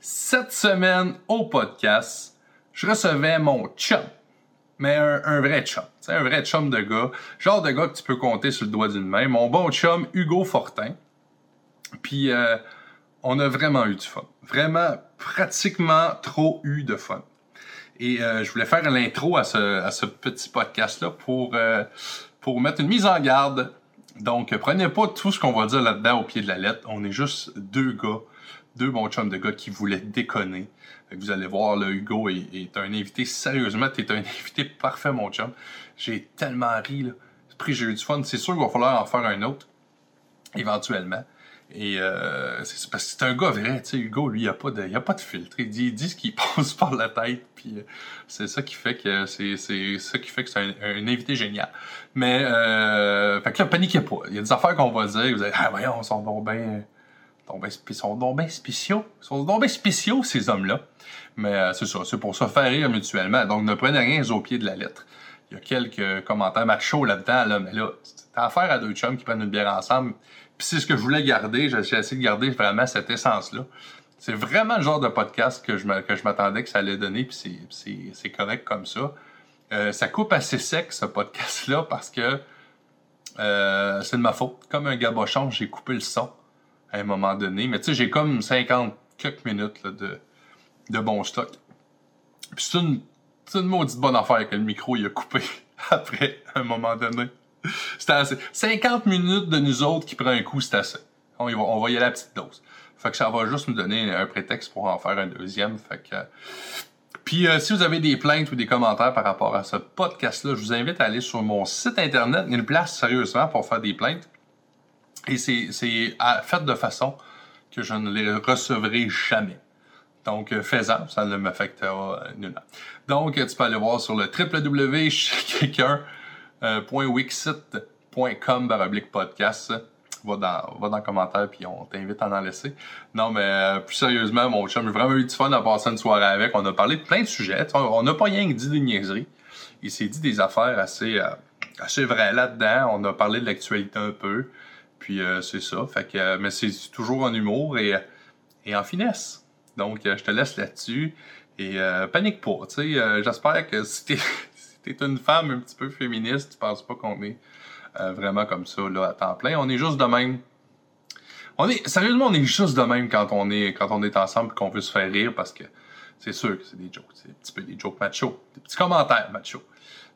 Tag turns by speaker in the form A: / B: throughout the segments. A: Cette semaine, au podcast, je recevais mon chum. Mais un, un vrai chum. tu sais, un vrai chum de gars. Genre de gars que tu peux compter sur le doigt d'une main. Mon bon chum, Hugo Fortin. Puis, euh, on a vraiment eu du fun. Vraiment, pratiquement trop eu de fun. Et euh, je voulais faire l'intro à ce, à ce petit podcast-là pour, euh, pour mettre une mise en garde. Donc, euh, prenez pas tout ce qu'on va dire là-dedans au pied de la lettre. On est juste deux gars, deux bons chums de gars qui voulaient déconner. Fait que vous allez voir, le Hugo est, est un invité, sérieusement, t'es un invité parfait, mon chum. J'ai tellement ri, là. Après, j'ai eu du fun. C'est sûr qu'il va falloir en faire un autre, éventuellement. Et euh, c'est c'est parce que c'est un gars vrai, tu sais, Hugo, lui, il n'y a, pas de- il a pas de filtre. Il dit, il dit ce qui passe par la tête, puis euh, c'est ça qui fait que c'est c'est ça qui fait que c'est un, un invité génial. Mais, euh, fait que là, paniquez pas. Il y a des affaires qu'on va dire, vous allez, ah, voyons, ils sont donc bien sont donc bien spéciaux. Ils sont donc bien spéciaux, ces hommes-là. Mais euh, c'est ça, c'est pour se faire rire mutuellement. Donc, ne prenez rien au pied de la lettre. Il y a quelques commentaires machos là-dedans, là, mais là, c'est affaire à deux chums qui prennent une bière ensemble. Puis c'est ce que je voulais garder. J'ai j'ai essayé de garder vraiment cette essence-là. C'est vraiment le genre de podcast que je m'a- que je m'attendais que ça allait donner, puis c'est- c'est- c'est correct comme ça. Euh, ça coupe assez sec, ce podcast-là, parce que euh, c'est de ma faute. Comme un gabochon, j'ai coupé le son à un moment donné. Mais tu sais, j'ai comme 50 quelques minutes là, de, de bon stock. Puis c'est une, c'est une maudite bonne affaire que le micro il a coupé après un moment donné. C'était assez. 50 minutes de nous autres qui prend un coup, c'est assez. On, y va, on va y aller à la petite dose. Fait que ça va juste nous donner un prétexte pour en faire un deuxième. Fait que. euh, Puis euh, si vous avez des plaintes ou des commentaires par rapport à ce podcast-là, je vous invite à aller sur mon site internet. Il y a une place sérieusement pour faire des plaintes. Et c'est c'est à- fait de façon que je ne les recevrai jamais. Donc, euh, fais-en, ça ne m'affectera euh, nullement. Donc, euh, tu peux aller voir sur le www.quelqu'un.wixit.com baroblique podcast. Va dans, va dans le commentaire, puis on t'invite à en laisser. Non, mais euh, plus sérieusement, mon chum, j'ai vraiment eu du fun à passer une soirée avec. On a parlé de plein de sujets. Tu sais, On on n'a pas rien que dit des niaiseries. Il s'est dit des affaires assez, euh, assez vraies là-dedans. On a parlé de l'actualité un peu. Puis euh, c'est ça. Fait que, euh, mais c'est toujours en humour et, euh, et en finesse. Donc, euh, je te laisse là-dessus. Et euh, panique pas. tu sais, euh, J'espère que si t'es si t'es une femme un petit peu féministe, tu penses pas qu'on est euh, vraiment comme ça là, à temps plein. On est juste de même. On est, sérieusement, on est juste de même quand on est, quand on est ensemble et qu'on veut se faire rire parce que c'est sûr que c'est des jokes. C'est un petit peu des jokes macho. Des petits commentaires macho.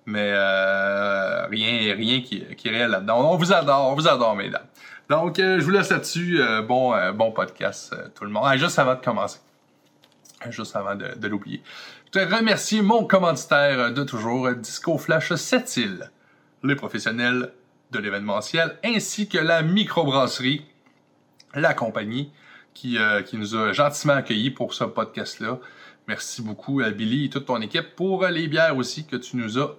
A: Mais euh, rien, rien qui, qui est réel là-dedans. On vous adore, on vous adore, mesdames. Donc, euh, je vous laisse là-dessus. Euh, bon, euh, bon podcast, euh, tout le monde. Ah, juste avant de commencer. Euh, Juste avant de, de l'oublier. Je voudrais remercier mon commanditaire euh, de toujours, euh, Disco Flash 7 îles, les professionnels de l'événementiel, ainsi que la microbrasserie, la compagnie qui, euh, qui nous a gentiment accueillis pour ce podcast-là. Merci beaucoup à Billy et toute ton équipe pour euh, les bières aussi que tu nous as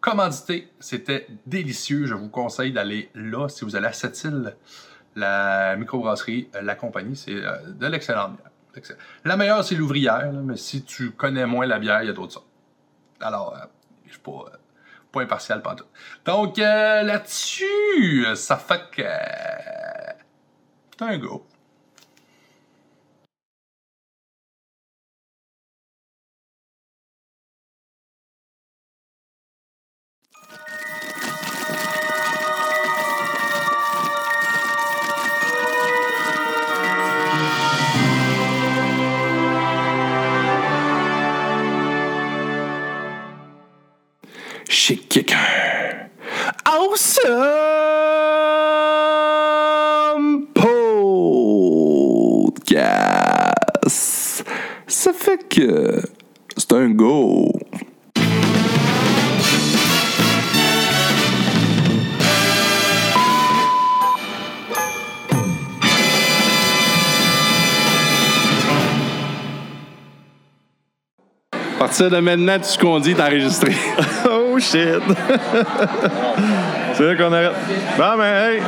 A: commandité. C'était délicieux. Je vous conseille d'aller là si vous allez à cette île. La microbrasserie, euh, la compagnie, c'est euh, de l'excellente bière. Excellent. La meilleure, c'est l'ouvrière, là, mais si tu connais moins la bière, il y a d'autres sortes. Alors, euh, je suis pas, euh, pas impartial pantoute. Donc, euh, là-dessus, euh, ça fait que. euh, T'es un gars.
B: chez quelqu'un. Awesome podcast. Ça fait que c'est un go.
C: À partir de maintenant, tout ce qu'on dit est enregistré.
D: Oh shit! C'est là qu'on arrête. Bon, ben, hey,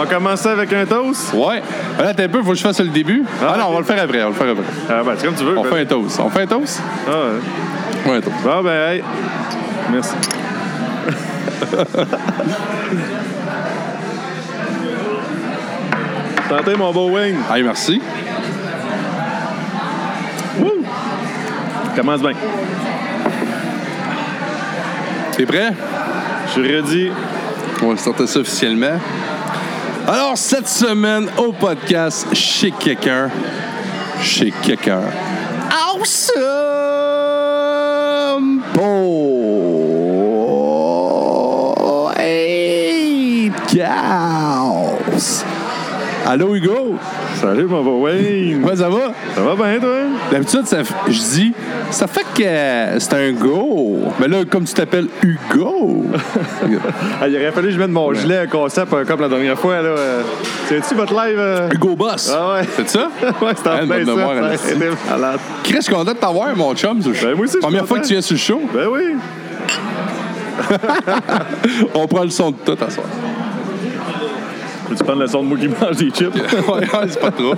D: on commence ça avec un toast?
C: ouais. Là, t'es un peu, faut que je fasse le début. Ah, non, on va le faire après, on va le faire après.
D: Ah, ben, c'est comme tu veux.
C: On
D: ben.
C: fait un toast. On fait un toast?
D: Ah, ouais.
C: On fait un toast.
D: Bon, ben, hey, merci. Santé, mon beau Wayne.
C: Allez, merci.
D: Commence bien.
C: T'es prêt?
D: Je redis.
C: On va sortir ça officiellement. Alors, cette semaine, au podcast Chez quelqu'un, chez quelqu'un, awesome podcast. Allô, Hugo?
D: Salut, mon beau Wayne.
C: Comment ça va?
D: Ça va bien, toi?
C: D'habitude, ça f- je dis, ça fait que c'est un go. Mais là, comme tu t'appelles Hugo,
D: Ah, il aurait fallu que je mette mon gilet un concept euh, comme la dernière fois. là. euh. C'est-tu votre live? euh?
C: Hugo Boss.
D: Ah ouais.
C: C'est ça?
D: ouais, c'était
C: Ah,
D: en
C: une
D: plein
C: bonne mémoire, elle
D: ça.
C: a
D: ça. C'était malade.
C: Chris, je suis content de t'avoir, mon chum. C'est
D: Ben, moi aussi, je suis
C: Première fois
D: content.
C: que tu viens sur le show,
D: Ben oui.
C: on prend le son de tout à soir.
D: Peux-tu prendre le son de moi qui mange des chips?
C: ouais, ouais, c'est pas trop.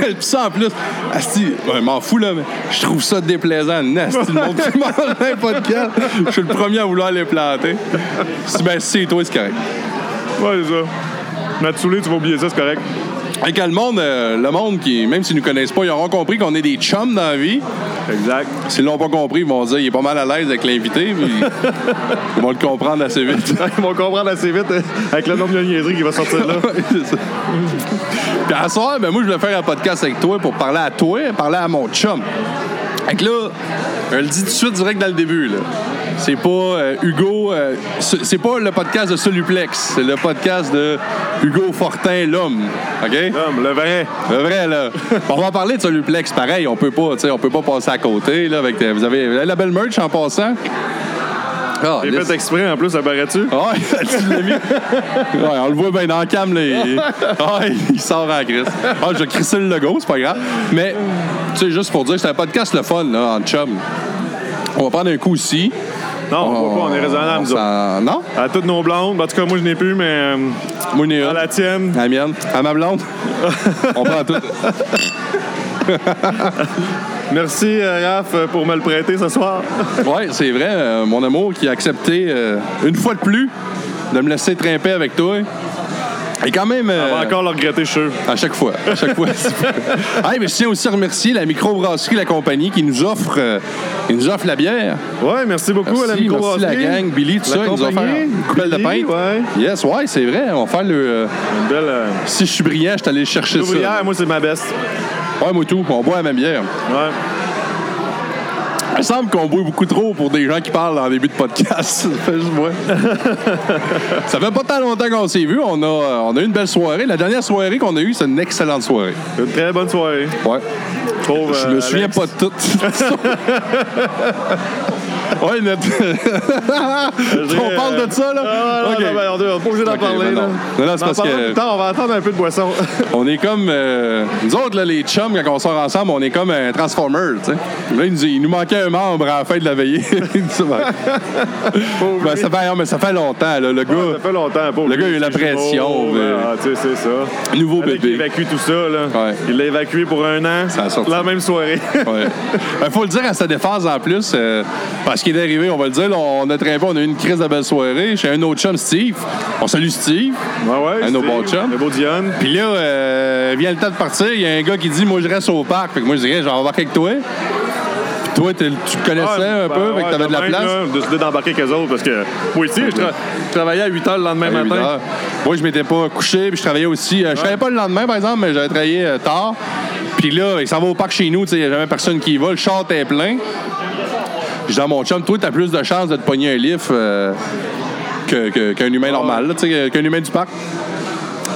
C: Puis ça, en plus, asti, ouais, m'en fous, là, mais je trouve ça déplaisant. Nasty, le monde qui mange un podcast, je suis le premier à vouloir les planter. Si, ben, si c'est toi, c'est correct.
D: Ouais, c'est ça. Matsoulé, tu vas oublier ça, c'est correct.
C: Et que le monde, euh, le monde qui, même s'ils nous connaissent pas, ils auront compris qu'on est des chums dans la vie.
D: Exact.
C: S'ils l'ont pas compris, ils vont dire il est pas mal à l'aise avec l'invité, puis ils vont le comprendre assez vite.
D: Ils vont comprendre assez vite euh, avec le nombre de niaiseries qui va sortir là.
C: Ouais, c'est ça. Puis à soir, ben moi, je voulais faire un podcast avec toi pour parler à toi, parler à mon chum. Fait que là, je le dit tout de suite direct dans le début, là. C'est pas euh, Hugo, euh, ce- c'est pas le podcast de Soluplex, c'est le podcast de Hugo Fortin, l'homme. OK?
D: Comme le vrai.
C: Le vrai, là. on va en parler de Soluplex, pareil, on peut pas, tu sais, on peut pas passer à côté, là, avec, euh, vous avez vous avez la belle merch en passant. Ah,
D: J'ai
C: laisse-
D: fait exprès en plus, ça paraît-tu?
C: Ouais, tu l'as mis. Ouais, on le voit bien dans la cam, là. Il, ouais, il sort en crise. Ah, je vais crisser le logo, c'est pas grave. Mais, tu sais, juste pour dire, c'est un podcast le fun, là, en chum. On va prendre un coup ici.
D: Non, on voit pas, on est raisonnable, nous autres.
C: ça- Non?
D: À toutes nos blondes. En tout cas, moi, je n'ai plus, mais euh,
C: Moi, il y en a
D: à
C: une.
D: la tienne.
C: À la mienne. À ma blonde. on prend tout.
D: Merci, euh, Raph, pour me le prêter ce soir.
C: Ouais, c'est vrai, euh, mon amour qui a accepté, euh, une fois de plus, de me laisser trimper avec toi. Et quand même.
D: On
C: euh,
D: va encore le regretter, je suis sûr.
C: À chaque fois. À chaque fois. Ah, mais je tiens aussi à remercier la microbrasserie, la compagnie qui nous offre, euh, qui nous offre la bière.
D: Ouais, merci beaucoup
C: Merci,
D: à la
C: merci
D: microbrasserie.
C: la gang, Billy, tout
D: La
C: ça, ils nous ont
D: compagnie,
C: offert une coupelle de
D: Billy,
C: peintre.
D: ouais.
C: Yes, ouais, c'est vrai. On va faire le. euh,
D: Une belle euh,
C: si je suis brillant, je suis allé chercher
D: ouvrière, moi, c'est ma best.
C: ça. Ouais, moi tout. On boit la même bière.
D: Ouais.
C: Il me semble qu'on boit beaucoup trop pour des gens qui parlent en début de podcast. Fait juste moi. ça fait pas tant longtemps qu'on s'est vu. On a, euh, on a eu une belle soirée. La dernière soirée qu'on a eue, c'est une excellente soirée.
D: Une très bonne soirée.
C: Ouais.
D: Pauvre,
C: Je
D: euh,
C: me
D: Alex.
C: souviens pas de tout. ouais, notre...
D: dirais,
C: on parle de ça,
D: Ah,
C: là?
D: non,
C: Ok.
D: non, ben, on n'est pas obligé d'en
C: Ok,
D: parler.
C: ben
D: là.
C: non. Non, non, c'est
D: On en
C: parce
D: parlera
C: que-
D: plus tard, on va attendre un peu de boisson.
C: On est comme... euh, nous autres, là, les chums, quand on sort ensemble, on est comme un Transformer, tu sais. Là, il nous, il nous manquait un membre à la fin de la veillée. Ça va.
D: Pauvre
C: Ben,
D: lui.
C: ça, fait, non, mais ça fait longtemps, là, le gars.
D: Ça fait longtemps, pauvre.
C: Le gars, il a eu
D: lui,
C: la
D: c'est
C: pression,
D: chaud,
C: mais-
D: ben, ah, tu sais, c'est ça.
C: Nouveau
D: Avec
C: bébé.
D: Il évacue tout ça, là.
C: Ouais.
D: Il l'a évacué pour un an.
C: Ça a sorti.
D: La même soirée.
C: Ouais. Ben, faut le dire à sa défense en plus, euh, parce qu'il est arrivé, on va le dire, là, on a très on a eu une crise de belle soirée chez un autre chum, Steve. On salue Steve.
D: Ouais, Ah ouais.
C: Un de nos
D: Steve,
C: bons chums.
D: Le beau Dion.
C: Puis là, euh, vient le temps de partir, il y a un gars qui dit Moi, je reste au parc. Fait que moi, je dirais J'en vais avec toi. Puis toi, t'es- tu te connaissais
D: Ah,
C: un
D: ben
C: peu, fait que t'avais de la place.
D: J'ai décidé d'embarquer avec eux autres parce que moi ici, je, tra- je travaillais à 8 h le lendemain
C: À huit
D: matin.
C: heures. Moi, je m'étais pas couché, puis je travaillais aussi. euh, Je travaillais pas le lendemain, par exemple, mais j'avais travaillé euh, tard. Puis là, il s'en va au parc chez nous, tu sais, il n'y a jamais personne qui y va. Le char était plein. Je dis à mon chum, toi, t'as plus de chances de te pogner un lift euh, que- que- qu'un humain normal, là, tu sais, qu'un humain du parc.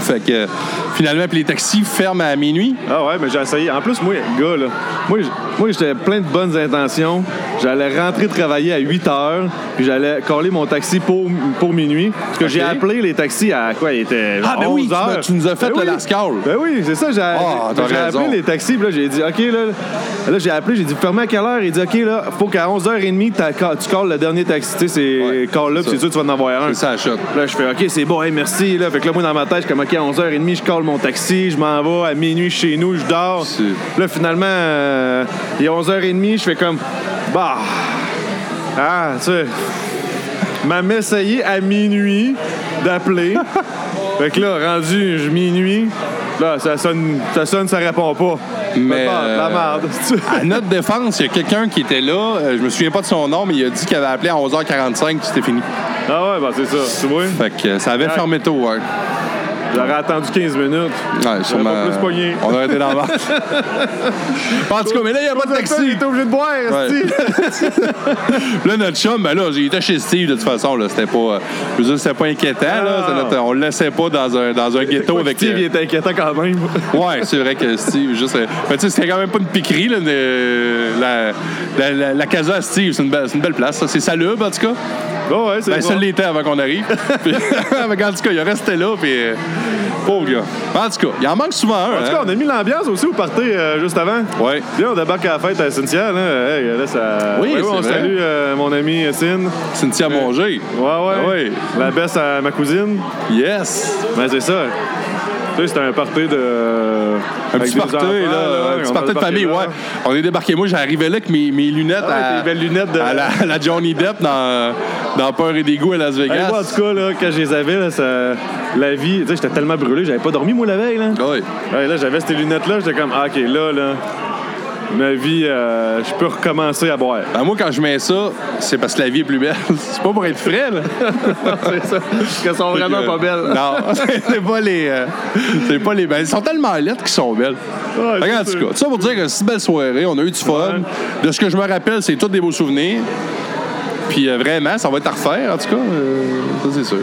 C: Fait que euh, finalement, puis les taxis ferment à minuit.
D: Ah ouais, mais j'ai essayé. En plus, moi, gars, là, moi, j- moi j'étais plein de bonnes intentions. J'allais rentrer travailler à 8 h, puis j'allais coller mon taxi pour, pour minuit. Parce que j'ai appelé les taxis à quoi Il était
C: Ah, ben oui, tu
D: 11 heures.
C: m'as- tu nous as fait
D: Ben
C: le
D: oui.
C: last call.
D: Ben oui, c'est ça. J'ai
C: Ah, t'as
D: j'ai
C: raison.
D: appelé les taxis, puis là, j'ai dit, OK, là, là j'ai appelé, j'ai dit, vous fermez à quelle heure Il dit, OK, là, faut qu'à 11h30, t'as- tu colles le dernier taxi. Tu sais, c'est
C: Ouais,
D: call-là,
C: c'est
D: puis c'est
C: ça.
D: sûr, que tu vas en avoir un.
C: Et ça achète.
D: Là, je fais OK, c'est bon, hey, merci. Là. Fait que là, moi, dans ma tête, je suis comme OK, à 11h30, je colle mon taxi, je m'en vais à minuit chez nous, je dors.
C: C'est-
D: Là, finalement, euh, il est 11h30, je fais comme Bah, ah, tu sais, m'a essayé à minuit d'appeler. fait que là, rendu je- minuit, là, ça sonne, ça sonne, ça répond pas.
C: Mais,
D: Pas de la
C: euh,
D: merde.
C: à notre défense, il y a quelqu'un qui était là. euh, je me souviens pas de son nom, mais il a dit qu'il avait appelé à 11h45 puis c'était fini.
D: Ah ouais, bah c'est ça. Tu vois,
C: Fait que euh, ça avait
D: Ouais.
C: fermé tôt. hein.
D: j'aurais attendu 15 minutes.
C: Ouais, sûrement,
D: pas plus
C: euh,
D: pogné.
C: On aurait été dans la merde. en tout cas, mais là, il n'y a pas de taxi.
D: T'es obligé de boire,
C: Ouais. Là, notre chum, ben là, il était chez Steve de toute façon. Là, c'était pas, euh, je veux dire, c'était pas inquiétant. Là,
D: Ah.
C: C'est notre- on le laissait pas dans un, dans un ghetto avec euh,
D: Steve, il est inquiétant quand même.
C: Ouais, c'est vrai que Steve, juste. euh, Mais tu sais, c'était quand même pas une piquerie, là, de- la, la, la, la casa à Steve, c'est une, belle- c'est une belle place, ça. C'est salubre, en tout cas.
D: Bon, ouais, c'est
C: Ben, ça
D: bon.
C: l'était avant qu'on arrive. Puis, mais en tout cas, il restait là, puis. euh, Pauvre gars. En tout cas, il en manque souvent un.
D: En tout cas,
C: hein.
D: on a mis l'ambiance aussi au party euh, juste avant.
C: Ouais.
D: Là, on débarque à la fête à Cynthia. Là. Hey, là, ça...
C: Oui, c'est
D: on
C: vrai.
D: salue euh, mon ami Cyn.
C: Cynthia Monger.
D: Ouais, ouais.
C: ouais.
D: La baisse à ma cousine.
C: Yes!
D: Ben, c'est ça. Tu sais, c'était un party de.
C: Un petit party, là. Un petit party de famille, ouais. On est débarqué. Moi, j'arrivais là avec mes, mes lunettes.
D: Ah,
C: à,
D: ouais, tes belles lunettes de-
C: à la, à la Johnny Depp dans, dans Peur et Dégoût à Las Vegas.
D: Hey, moi, en tout cas, là, quand je les avais, là, ça... la vie, tu sais, j'étais tellement brûlé, j'avais pas dormi, moi, la veille. Là,
C: Ah Ouais.
D: Ouais, là j'avais ces lunettes-là, j'étais comme, ah, ok, là, là, ma vie, euh, je peux recommencer à boire.
C: Ben, moi, quand je mets ça, c'est parce que la vie est plus belle. C'est pas pour être frais, là.
D: c'est ça. Qu'elles sont
C: Fait que, euh, Non, c'est pas les. euh, c'est pas les belles. Elles sont tellement lettres qu'ils sont belles.
D: Ouais,
C: Regarde, en
D: c'est
C: tout cas, ça pour dire que c'est une belle soirée. On a eu du fun. De ce que je me rappelle, c'est tous des beaux souvenirs. Puis euh, vraiment, ça va être à refaire, en tout cas. euh, ça, c'est sûr.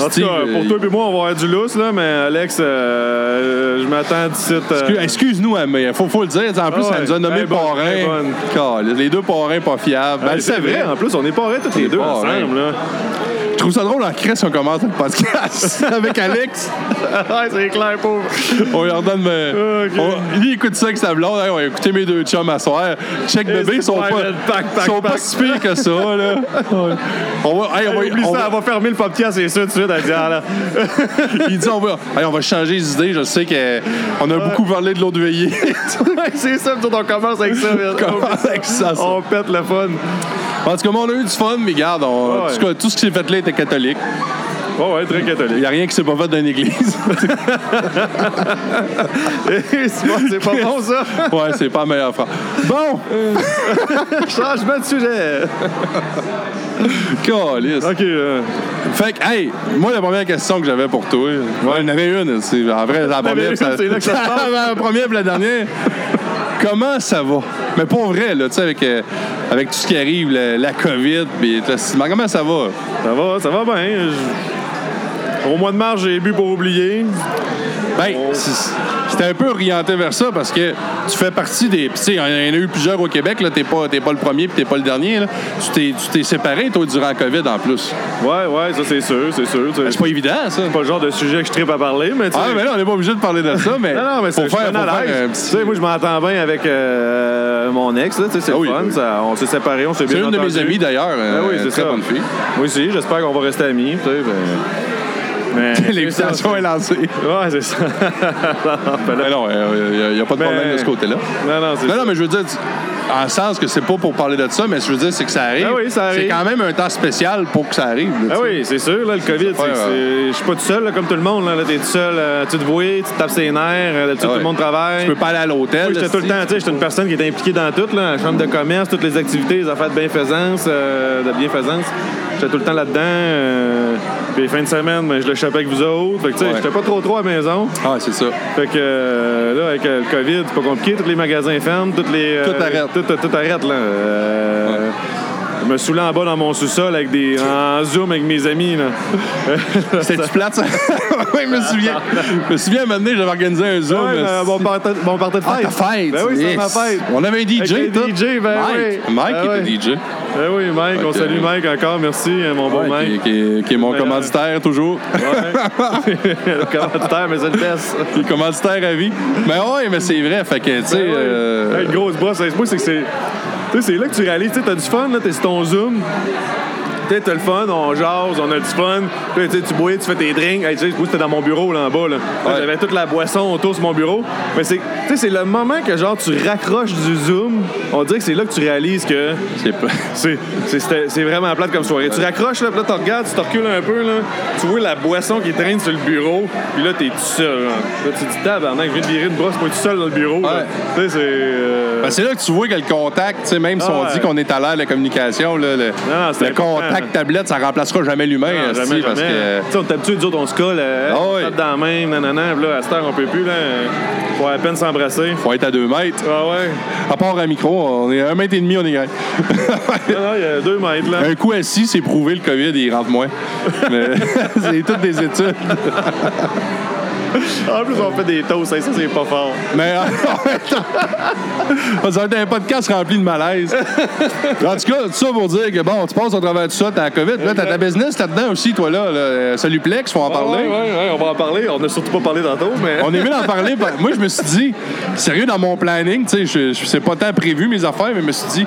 D: En tout
C: Steve,
D: cas,
C: euh,
D: pour toi et moi, on va avoir du lousse, là, mais Alex, euh, je m'attends d'ici. euh,
C: Excuse- Excuse-nous, hein, mais faut, faut le dire. En plus,
D: Ah
C: ça
D: ouais.
C: nous a nommé
D: Très
C: le
D: bonne, très
C: parrain.
D: bonne.
C: Calais, les deux parrains pas fiables. Ben,
D: ouais,
C: c'est vrai.
D: En plus, on est pas arrêtés tous les deux
C: pas arrêtés.
D: ensemble. Là.
C: Je trouve ça drôle en crise on commence le podcast avec Alex.
D: ouais, c'est clair, pauvre.
C: On lui ordonne. Mais...
D: Ok.
C: on- Lui, il écoute ça avec sa blonde. Hey, on a écouté mes deux chums à soir. Check bébé, ils sont
D: ouais,
C: pas,
D: man, pack, pack,
C: sont pas
D: pack.
C: si pires que ça. Là. on va, hey, on va-
D: Oublie
C: on
D: ça,
C: va-
D: elle va fermer le podcast, c'est sûr, tout de suite. Elle dit, ah, là.
C: il dit on va, hey, on va changer les idées. Je sais qu'on a beaucoup parlé de l'autre veillée.
D: Ouais, c'est ça, puis on commence avec ça. Oh. man.
C: Comment avec ça, ça?
D: On pète le fun.
C: En tout cas, moi, on a eu du fun, mais regarde, on-
D: Ouais.
C: en tout, cas, tout ce qui s'est fait là était catholique.
D: Oh, ouais, très
C: Il
D: catholique.
C: n'y a rien qui s'est pas fait dans une église.
D: c'est bon, c'est pas bon, ça.
C: ouais, c'est pas la meilleure phrase. Bon,
D: Euh. Changement de sujet.
C: calisse.
D: OK, euh, là.
C: Fait que, hey, moi, la première question que j'avais pour toi, il y en avait une, c'est en vrai, la
D: avait
C: première,
D: une, c'est là que ça se passe.
C: la première puis la dernière. Comment ça va? Mais pour vrai, là, tu sais, avec, euh, avec tout ce qui arrive, le- la COVID, puis le ciment, comment ça va?
D: Ça va, ça va bien. Je- Au mois de mars, j'ai bu pour oublier.
C: Ben, c'est- c'était un peu orienté vers ça parce que tu fais partie des. Puis, tu sais, il y en a eu plusieurs au Québec, là, t'es pas, t'es pas le premier puis t'es pas le dernier, là. Tu t'es- Tu t'es séparé, toi, durant la COVID en plus.
D: Ouais, ouais, ça c'est sûr, c'est sûr. tu sais.
C: Ben, C'est pas évident, ça.
D: C'est pas le genre de sujet que je tripe à parler, mais tu sais-
C: Ah, mais là, on n'est pas obligé de parler de ça, mais.
D: Non, non, mais
C: faut
D: c'est
C: faire,
D: faire,
C: faut
D: à
C: faire
D: l'aise.
C: un petit-
D: Tu sais, moi, je m'entends bien avec euh, mon ex, là, tu sais, c'est
C: Ah
D: le
C: oui,
D: fun.
C: oui.
D: ça- on s'est séparés, on s'est bien
C: C'est une de mes
D: entendus.
C: amies d'ailleurs.
D: Ben
C: euh,
D: oui, c'est
C: très
D: ça.
C: bonne fille.
D: Moi aussi, j'espère qu'on va rester amis, tu sais, ben- Mais...
C: L'invitation est lancée.
D: Ouais, c'est ça.
C: Mais non, il n'y a, pas de
D: Mais-
C: problème de ce côté-là.
D: non, non, Ben, c'est
C: Non,
D: ça.
C: non, mais je veux dire, tu- en sens que c'est pas pour parler de ça, mais ce que je veux dire, c'est que ça arrive.
D: Ah oui, ça
C: C'est
D: arrive.
C: quand même un temps spécial pour que ça arrive. là, tu
D: Ah
C: sais.
D: oui, c'est sûr, là, le COVID, c'est-
C: ouais.
D: c'est- je suis pas tout seul, là, comme tout le monde. Là, là, t'es tout seul, euh, tu te vois, tu te tapes ses nerfs, euh, là-dessus,
C: Ah ouais.
D: tout le monde travaille.
C: Tu peux pas aller à l'hôtel.
D: Moi, j'étais tout le
C: là,
D: temps, tu sais, j'étais une personne qui était impliquée dans tout, là, la chambre de commerce, toutes les activités, les affaires de bienfaisance, euh, de bienfaisance. J'étais tout le temps là-dedans. euh, puis les fins de semaine, ben, je le chopais avec vous autres. Fait que, tu sais,
C: Ouais.
D: j'étais pas trop trop à la maison.
C: Ah, c'est ça.
D: Fait que, euh, là, avec euh, le COVID, c'est pas compliqué. Tous les magasins ferment, toutes les... euh,
C: Tout arrête.
D: Tout, tout arrête, là. Euh, Je me saoulais en bas dans mon sous-sol avec des, en Zoom avec mes amis. Là.
C: C'était du plate, ça? oui, je me souviens. Je me souviens, un moment donné, j'avais organisé un Zoom.
D: Ouais,
C: euh,
D: mais bon, on partait, bon, on partait de fête.
C: ah, ta fête!
D: Ben oui, c'était
C: yes.
D: ma fête.
C: On avait un DJ,
D: Avec
C: toi.
D: un DJ, ben
C: Mike.
D: oui.
C: Mike
D: Ben
C: était
D: oui.
C: DJ.
D: Eh oui, Mike, on
C: que-
D: salue Mike encore, merci, euh, mon bon
C: Ouais, qui,
D: Mike. Ben,
C: qui- qui est mon
D: Ouais.
C: commanditaire, toujours.
D: Le commentaire, mais c'est le best.
C: Il est commanditaire à vie. Mais ouais, mais c'est vrai. Fait que, tu sais.
D: Ben Ouais.
C: euh,
D: Ah Hey, grosse brosse, moi, c'est que c'est. Tu sais, c'est là que tu réalises, tu sais, t'as du fun, là, t'es sur ton Zoom. Tu sais, t'as le fun, on jase, on a du fun. Puis, tu sais, tu bois, tu fais tes drinks. Hey, tu sais, moi, c'était dans mon bureau, là, en bas, là. Là,
C: Ouais.
D: J'avais toute la boisson autour sur mon bureau. Mais c'est Tu sais, c'est le moment que genre tu raccroches du zoom, on dirait que c'est là que tu réalises que
C: C'est pas-
D: c'est- c'est c'était- c'est vraiment plate comme soirée. Tu raccroches là, puis là tu regardes, tu te recules un peu là, tu vois la boisson qui traîne sur le bureau, puis là t'es tout seul. genre. Là tu te dis tabarnak, je viens de virer une brosse pour être tout seul dans le bureau. là.
C: Ouais.
D: Tu sais c'est euh,
C: Ben, c'est là que tu vois que le contact, tu sais, même si
D: Ah
C: on
D: ouais.
C: dit qu'on est à l'ère de la communication, là, le,
D: non, c'est
C: le
D: important. hein.
C: contact tablette, ça remplacera jamais l'humain.
D: non,
C: esti,
D: jamais,
C: parce
D: jamais.
C: que-
D: Tu sais, on est habitué, nous autres, on se colle, euh,
C: Ah
D: on
C: ouais.
D: tape dans la main, nanana, puis là, à cette heure, on peut plus, là. Faut à peine s'embrasser.
C: faut être à deux mètres.
D: Ah ouais.
C: À part un micro, on est à un mètre et demi, on est grand.
D: Non, non, il y a deux mètres, là.
C: un coup assis, c'est prouvé, le COVID, il rentre moins. Mais c'est toutes des études.
D: En plus, on fait des toasts, hein, ça, c'est pas fort.
C: Mais en même temps, ça va être un podcast rempli de malaise. En tout cas, tout ça pour dire que bon, tu passes au travers de ça, t'as la COVID, là, t'as ta business là-dedans aussi, toi là. là. Saluplex, faut en parler.
D: Ah Ouais, ouais, ouais, on va en parler. On n'a surtout pas parlé tantôt, mais.
C: On est venu en parler. par- Moi, je me suis dit, sérieux, dans mon planning, tu sais, je- je- c'est pas tant prévu mes affaires, mais je me suis dit,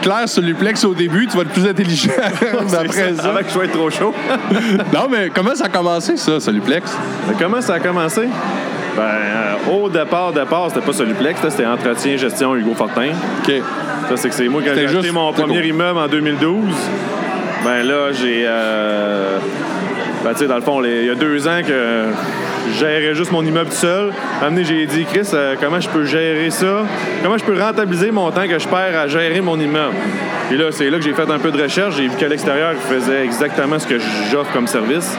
C: Claire, Soluplex au début, tu vas être plus intelligent d'après ça.
D: Avant que je sois trop chaud.
C: Non, mais comment ça a commencé, ça, Soluplex?
D: Mais Comment ça a commencé? Ben, euh, au départ, départ, c'était pas Soluplex, là, c'était Entretien, Gestion, Hugo Fortin.
C: OK.
D: Ça, c'est que c'est moi quand j'ai
C: C'était
D: acheté
C: juste-
D: mon
C: c'était
D: premier
C: cool.
D: immeuble en 2012. Ben là, j'ai. euh, Ben, tu sais, dans le fond, les- il y a deux ans que je gérais juste mon immeuble tout seul. Amené, j'ai dit, Chris, euh, comment je peux gérer ça? Comment je peux rentabiliser mon temps que je perds à gérer mon immeuble? Et là, c'est là que j'ai fait un peu de recherche. J'ai vu qu'à l'extérieur, ils faisaient exactement ce que j'offre comme service.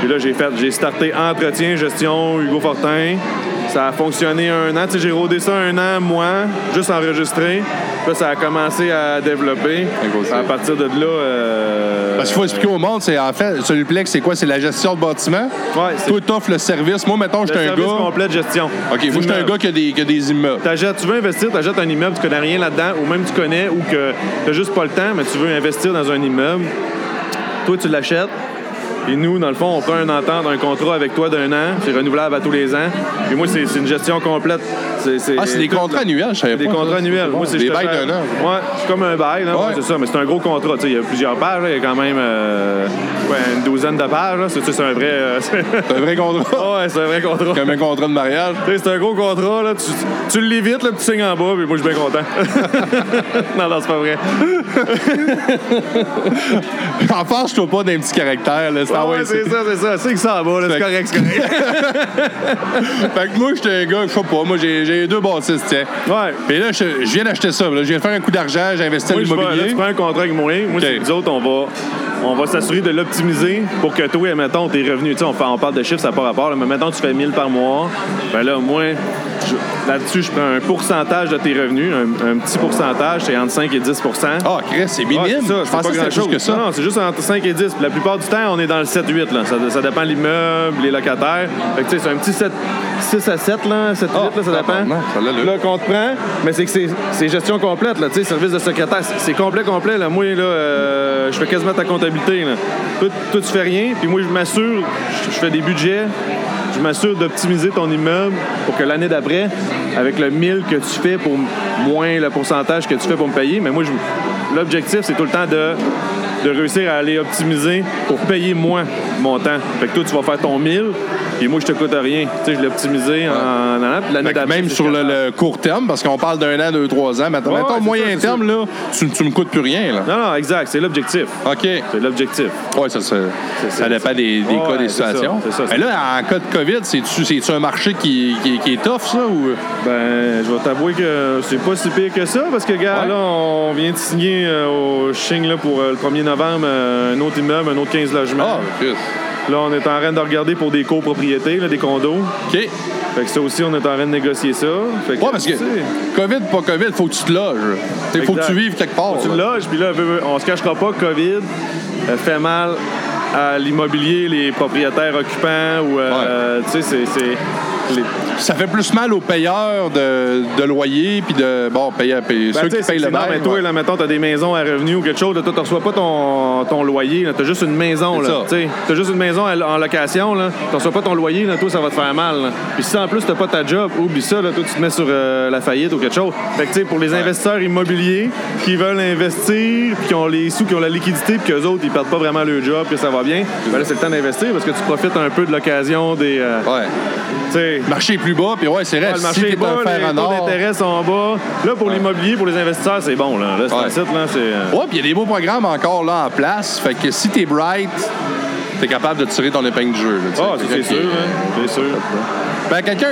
D: Puis là, j'ai fait, j'ai starté entretien, gestion, Hugo Fortin. Ça a fonctionné un an. Tu sais, j'ai rodé ça un an, moi, juste enregistré. Puis là, ça a commencé à développer.
C: Négocier.
D: À partir de là. euh,
C: Parce qu'il faut expliquer au monde, c'est en fait, Soluplex, c'est quoi? C'est la gestion de bâtiment.
D: Ouais, c'est
C: Toi, t'offres le service. Moi, mettons,
D: le
C: j'étais un
D: service
C: gars.
D: complet de gestion.
C: OK, moi, j'étais un
D: D'immeuble.
C: gars qui a des, qui a des immeubles.
D: T'achètes- tu veux investir, tu achètes un immeuble, tu connais rien là-dedans, ou même tu connais, ou que t'as juste pas le temps, mais tu veux investir dans un immeuble. Toi, tu l'achètes. Et nous, dans le fond, on prend un entente, un contrat avec toi d'un an. C'est renouvelable à tous les ans. Et moi, c'est c'est une gestion complète.
C: Ah, c'est des
D: tout-
C: contrats annuels, je savais pas.
D: Des
C: ça.
D: contrats annuels.
C: bon.
D: Moi, c'est
C: Des
D: je te
C: bails
D: fais-
C: d'un an.
D: Ouais, c'est comme un bail, là.
C: Ouais.
D: Ouais, c'est ça, mais c'est un gros contrat. Tu sais, Il y a plusieurs pages, là. il y a quand même euh, ouais, une douzaine de pages. là. C'est c'est un vrai. euh, c'est-
C: C'est un vrai contrat.
D: Ah ouais, c'est un vrai contrat.
C: Comme un contrat de mariage.
D: Tu sais, C'est un gros contrat, là. Tu, tu l'évites, là, puis tu signes en bas, puis moi, je suis bien content. non, non, c'est pas vrai.
C: Enfance, je trouve pas d'un petit caractère, là. C'est
D: Ah
C: envoyé
D: ouais,
C: ici.
D: c'est ça, c'est ça. Signe ça en bas, là, c'est
C: Fait-
D: correct, c'est correct.
C: Fait que moi, j'étais un gars, je sais pas, moi, j'ai j'ai deux bâtisses, tiens.
D: ouais.
C: Puis là, je, je viens d'acheter ça. là. Je viens de faire un coup d'argent, j'ai investi dans
D: Moi, je prends, là,
C: l'immobilier.
D: tu prends un contrat avec moi. Moi, c'est
C: Ok.
D: nous autres, on va, on va s'assurer de l'optimiser pour que toi, mettons, tes revenus, tu sais, on, fait- on parle de chiffres, ça n'a pas rapport, là, mais mettons, tu fais 1000 par mois. Ben là, moi, je- là-dessus, je prends un pourcentage de tes revenus, un, un petit pourcentage, c'est entre 5 et 10
C: Ah, Chris, c'est
D: Ah,
C: minime.
D: c'est ça,
C: je
D: c'est pas
C: pensais que c'était
D: grand-chose.
C: plus que ça.
D: Non, non, c'est juste entre 5 et 10. Puis La plupart du temps, on est dans le 7-8. là. Ça, ça dépend de l'immeuble, les locataires. Fait que, tu sais, c'est un petit 7, 6 à 7, là, 7
C: Ah,
D: 8, là, ça
C: tabarnak, ça
D: dépend.
C: l'a, là.
D: là, qu'on te prend, mais c'est que c'est- c'est gestion complète. Là, tu sais, service de secrétaire, c'est- c'est complet, complet. Là. Moi, là, euh, je fais quasiment ta comptabilité. Là. Toi, toi, tu fais rien, puis moi, je m'assure, je, je fais des budgets. Je m'assure d'optimiser ton immeuble pour que l'année d'après, avec le 1000 que tu fais pour m- moins le pourcentage que tu fais pour me payer, mais moi, je- l'objectif, c'est tout le temps de, de réussir à aller optimiser pour payer moins mon temps. Fait que toi, tu vas faire ton 1000, et moi, je te coûte rien. Tu sais, je l'ai optimisé en allant, puis l'année
C: Fait que
D: d'après.
C: même
D: c'est
C: sur le, le court terme, parce qu'on parle d'un an, deux, trois ans. Maintenant,
D: Ouais, ouais,
C: mettons,
D: c'est ça,
C: moyen
D: c'est
C: terme, là, tu, tu me coûtes plus rien, là.
D: Non, non, exact, c'est l'objectif.
C: OK.
D: C'est l'objectif.
C: Oui, ça, ça,
D: C'est-
C: ça
D: c'est-
C: dépend des, des
D: Ouais,
C: cas, des
D: c'est ça,
C: situations.
D: c'est ça, c'est
C: Mais là, en cas de COVID, c'est-tu c'est-tu un marché qui, qui, qui est tough, ça? Ou...
D: Ben, je vais t'avouer que c'est pas si pire que ça, parce que, gars,
C: Ouais.
D: là, on vient de signer euh, au Ching là, pour euh, le 1er novembre euh, un autre immeuble, un autre 15 logements.
C: Ah, Chris.
D: Là, on est en train de regarder pour des copropriétés, là, des condos.
C: OK.
D: Fait que ça aussi, on est en train de négocier ça. Fait que,
C: Ouais, parce que
D: tu sais,
C: COVID, pas COVID, faut que tu te loges. Il faut que tu
D: Exact.
C: vives quelque part.
D: Tu
C: là.
D: le loges, puis là, on se cachera pas que COVID euh, fait mal à l'immobilier, les propriétaires occupants ou, euh, tu sais, c'est- c'est... les-
C: Ça fait plus mal aux payeurs de, de loyer puis de bon payeurs, paye-
D: Ben,
C: ceux
D: tu sais,
C: qui
D: c'est-
C: payent le
D: c'est- non,
C: bail.
D: mais toi,
C: ouais.
D: là, mettons, t'as des maisons à revenus ou quelque chose, là, toi, tu reçois pas ton, ton loyer, là, t'as juste une maison,
C: C'est
D: là.
C: ça.
D: Tu sais, t'as juste une maison à- en location, là, tu reçois pas ton loyer, là, toi, ça va te faire mal. là. Puis si en plus t'as pas ta job, oublie ça, là, toi, tu te mets sur euh, la faillite ou quelque chose. Fait que, tu sais, pour les investisseurs immobiliers qui veulent investir, puis qui ont les sous, qui ont la liquidité, puis qu'eux autres, ils perdent pas vraiment leur job, que ça va bien, ben là, c'est le temps d'investir parce que tu profites un peu de l'occasion des. euh,
C: Ouais.
D: tu sais,
C: Le marché est plus plus bas, puis ouais, c'est vrai,
D: le
C: si
D: marché
C: t'es
D: est bas,
C: un fer
D: les
C: en
D: taux
C: or.
D: d'intérêt sont bas. Là, pour l'immobilier, pour les investisseurs, c'est bon. Là, là c'est
C: Ouais.
D: un site, là, c'est... euh,
C: Ouais, puis il y a des beaux programmes encore là en place. Fait que si t'es bright, t'es capable de tirer ton épingle du jeu. là, tu sais.
D: Ah, ça, c'est
C: Fait que-
D: sûr, hein. C'est sûr.
C: Ben, quelqu'un,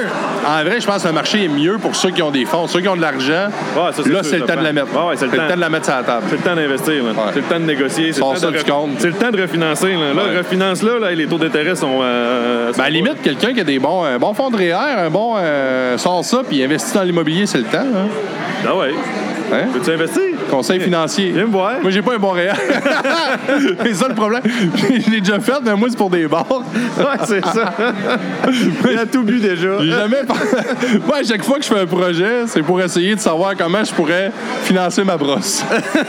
C: en vrai, je pense que le marché est mieux pour ceux qui ont des fonds. Ceux qui ont de l'argent,
D: Ouais, ça, c'est
C: là,
D: sûr,
C: c'est le
D: ça
C: temps de
D: prend.
C: la mettre.
D: Ouais, ouais, c'est le temps.
C: de la mettre sur la table.
D: C'est le temps d'investir, là. C'est le temps de négocier. C'est
C: Sors
D: le temps de
C: ça du
D: re-
C: compte.
D: C'est le temps de refinancer, là. Là,
C: Ouais.
D: refinance là, là, les taux d'intérêt sont... euh, sont
C: Ben, à la limite, quelqu'un qui a des bons, un bon fonds de REER, un bon euh, sort ça, puis investit dans l'immobilier, c'est le temps. hein.
D: pas- Ah ouais.
C: Hein?
D: Veux-tu investir?
C: Conseil financier.
D: Viens me voir.
C: Moi, j'ai pas un bon REER. c'est ça le problème. Je l'ai déjà fait, mais moi, c'est pour des bars.
D: Ouais, c'est ça. Il a tout bu déjà.
C: J'ai jamais. pen- Moi, à chaque fois que je fais un projet, c'est pour essayer de savoir comment je pourrais financer ma brosse.
D: Ouais,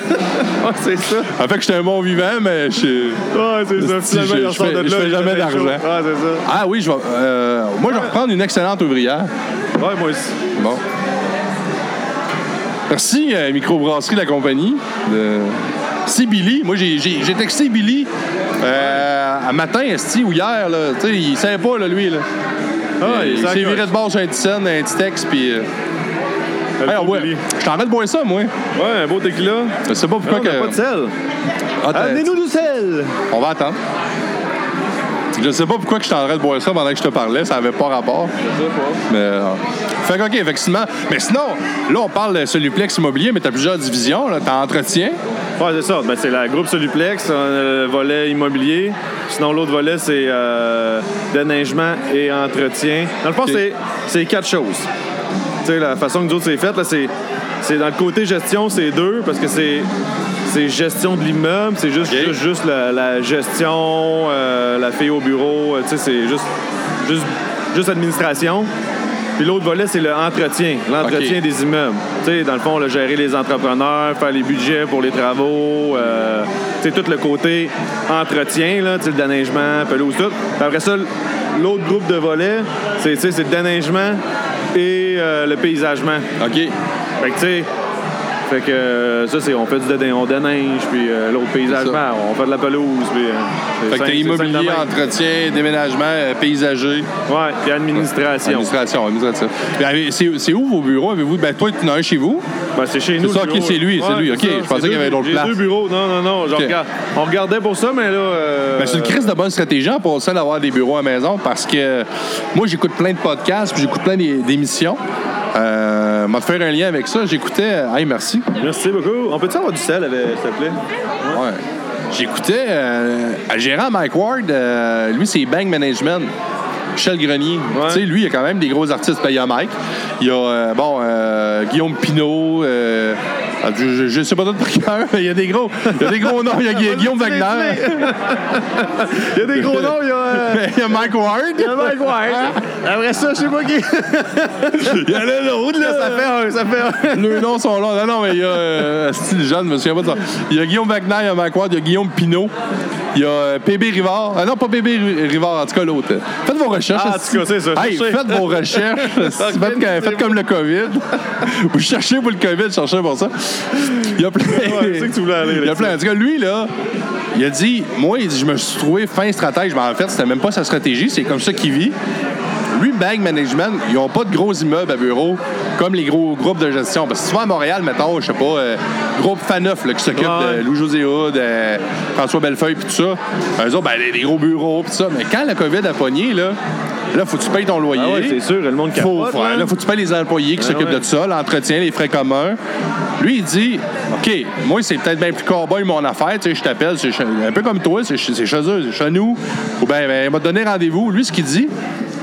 D: Ah, c'est ça.
C: En fait, que j'étais un bon vivant, mais je.
D: Ouais, c'est ça.
C: Si,
D: Finalement,
C: je-
D: il
C: je
D: ressort
C: fais-
D: de là.
C: je fais
D: il
C: jamais
D: fait chaud.
C: d'argent.
D: Ouais, c'est
C: Ah oui, je vais. euh, moi, je vais reprendre une excellente ouvrière.
D: ça. Ouais, moi aussi.
C: Bon. Merci, euh, Microbrasserie La Compagnie. de- C'est Billy. Moi, j'ai- j'ai j'ai texté Billy euh, à matin, esti, ou hier. Là. Tu sais, il savait pas, là, lui. Là.
D: Ah,
C: il s'est viré de bord sur un petit scène, un petit texte, puis... euh, hey, ouais,
D: Ouais,
C: je t'en de boire ça, moi.
D: un beau tequila.
C: Je sais pas pourquoi
D: Non, on
C: que...
D: n'a pas de sel.
C: Ah, t'as-
D: Amenez-nous du sel.
C: On va attendre. Je sais pas pourquoi que je t'en de boire ça pendant que je te parlais. Ça avait pas rapport. Mais, euh, fait que, OK, effectivement. Mais sinon, là, on parle de Soluplex immobilier, mais tu as plusieurs divisions. Tu as entretien.
D: Ouais, c'est ça. Ben, c'est la groupe Soluplex, on a le volet immobilier. Sinon, l'autre volet, c'est euh, déneigement et entretien. Dans le fond,
C: Ok.
D: c'est- c'est quatre choses. Tu sais, la façon que nous autres, c'est fait, là, c'est c'est dans le côté gestion, c'est deux, parce que c'est c'est gestion de l'immeuble, c'est juste,
C: Ok.
D: juste, juste la, la gestion, euh, la fille au bureau, euh, tu sais, c'est juste, juste, juste administration. Puis l'autre volet, c'est le entretien, l'entretien
C: Ok.
D: des immeubles. Tu sais, dans le fond, là, gérer les entrepreneurs, faire les budgets pour les travaux, euh, tu sais, tout le côté entretien, là, tu sais, le déneigement, pelouse, tout. Puis après ça, l'autre groupe de volets, c'est tu sais, c'est le déneigement et euh, le paysagement.
C: OK.
D: Fait que, tu sais, fait que euh, ça, c'est on fait du déneigement, on déneige, puis euh, l'autre paysagement, on fait de la pelouse. Puis, euh, c'est
C: Fait que
D: simple,
C: tu
D: c'est simple de
C: immobilier,
D: même.
C: entretien, déménagement, euh, paysager,
D: Ouais, puis administration.
C: administration. administration. Mais avez- C'est c'est où vos bureaux? Avez-vous, ben, toi, tu en as un chez vous?
D: Ben, c'est chez nous.
C: ça,
D: le
C: ok,
D: bureau,
C: c'est lui,
D: là.
C: c'est lui, ok,
D: c'est ça,
C: je pensais
D: c'est
C: qu'il y
D: deux-
C: avait d'autres
D: j'ai
C: places.
D: deux bureaux, non, non, non. je
C: Ok.
D: regarde- on regardait pour ça, mais là. euh,
C: Ben, c'est une crise de bonne stratégie en passant d'avoir des bureaux à la maison parce que moi, j'écoute plein de podcasts puis j'écoute plein d'é- d'émissions. Euh, m'a fait un lien avec ça. J'écoutais. Hey, merci.
D: Merci beaucoup. On peut-tu avoir du sel, avec- s'il te plaît?
C: Ouais. J'écoutais euh, le gérant Mike Ward, euh, lui c'est Bank Management. Michel Grenier.
D: Ouais.
C: Tu sais, lui, il y a quand même des gros artistes payés à Mike. Il y a, euh, bon, euh, Guillaume Pinault. euh, ah, je- je, je sais pas d'autres par cœur, mais il y a des gros, il y a des gros noms. Il y a Gu- Guillaume
D: Vas-y,
C: Wagner.
D: Il y a des gros noms, il y a. euh,
C: Il y a Mike Ward.
D: il y a Mike Ward. Après ça, je sais pas qui.
C: Il y en a l'autre,
D: Là, ça fait un, ça fait un.
C: Leurs noms sont là. Non, non, mais il y a euh, style jeune, je me souviens pas de ça. Il y a Guillaume Wagner, il y a Mike Ward, il y a Guillaume Pinault, il y a euh, PB Rivard. Ah non, pas PB Ri- Rivard, en tout cas l'autre. Faites vos recherches.
D: Ah, en
C: esti.
D: tout cas, c'est ça,
C: Hey,
D: cherchez.
C: faites vos recherches. esti. faites, comme- faites comme le COVID. Vous cherchez pour le COVID, cherchez pour ça. Il y a plein.
D: Ouais, je sais que tu voulais aller
C: Il y a
D: là-dessus.
C: plein. En tout cas, lui, là, il a dit Moi, il dit, je me suis trouvé fin stratège. Mais en fait, c'était même pas sa stratégie, c'est comme ça qu'il vit. Lui, Bank Management, ils n'ont pas de gros immeubles à bureaux comme les gros groupes de gestion. Parce que souvent à Montréal, mettons, je sais pas, euh, groupe Faneuf là, qui s'occupe
D: Ouais.
C: de Louis-José Hood, euh, François Bellefeuille, puis tout ça, eux autres, ben, les, les gros bureaux, puis tout ça. Mais quand la COVID a pogné, là, là, faut que tu payes ton loyer.
D: Ah ouais, c'est sûr, le monde
C: Faut,
D: capote. Ah,
C: faut-
D: là.
C: là, faut que tu payes les employés qui s'occupent
D: ouais.
C: de ça, l'entretien, les frais communs. Lui, il dit OK, moi, c'est peut-être bien plus cowboy mon affaire. Tu sais, je t'appelle, c'est chez- un peu comme toi, c'est chez c'est chez eux, c'est chez nous. Ou bien, ben, il m'a donné rendez-vous. Lui, ce qu'il dit,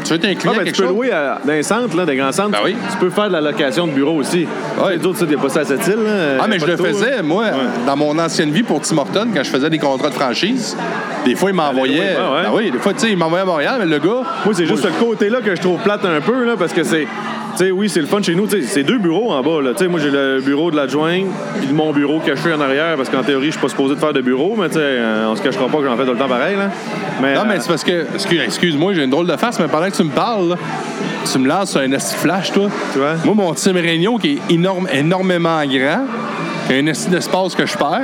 C: tu veux être un
D: Ah,
C: client,
D: ben, tu
C: quelque
D: peux
C: chose.
D: louer à- dans les centres, là, des grands centres.
C: Ben oui.
D: Tu peux faire de la location de bureau aussi.
C: Ouais.
D: Les autres, ça, t'es pas ça à cette île. là.
C: Ah, mais je le
D: Poteau,
C: faisais,
D: là.
C: moi, dans mon ancienne vie pour Tim Horton, quand je faisais des contrats de franchise. Des fois, il m'envoyait.
D: louer, ouais, ouais.
C: Ben oui, des fois, tu sais, il m'envoyait à Montréal, mais le gars.
D: Moi, c'est juste ce côté-là que je trouve plate un peu, là, parce que c'est. Tu sais, oui, c'est le fun chez nous. Tu sais, c'est deux bureaux en bas. Là. Tu sais, moi, j'ai le bureau de l'adjoint puis mon bureau caché en arrière, parce qu'en théorie, je suis pas supposé de faire de bureau, mais tu sais, euh, on se cachera pas que j'en fais tout le temps pareil. Là. Mais,
C: Non, mais
D: euh,
C: c'est parce que. excuse- Excuse-moi, j'ai une drôle de face, mais pendant que tu me parles, là, tu me lances sur un esti de flash, toi.
D: Tu vois?
C: Moi, mon Tim Regnault, qui est énorme, énormément grand, qui a un esti d'espace que je perds,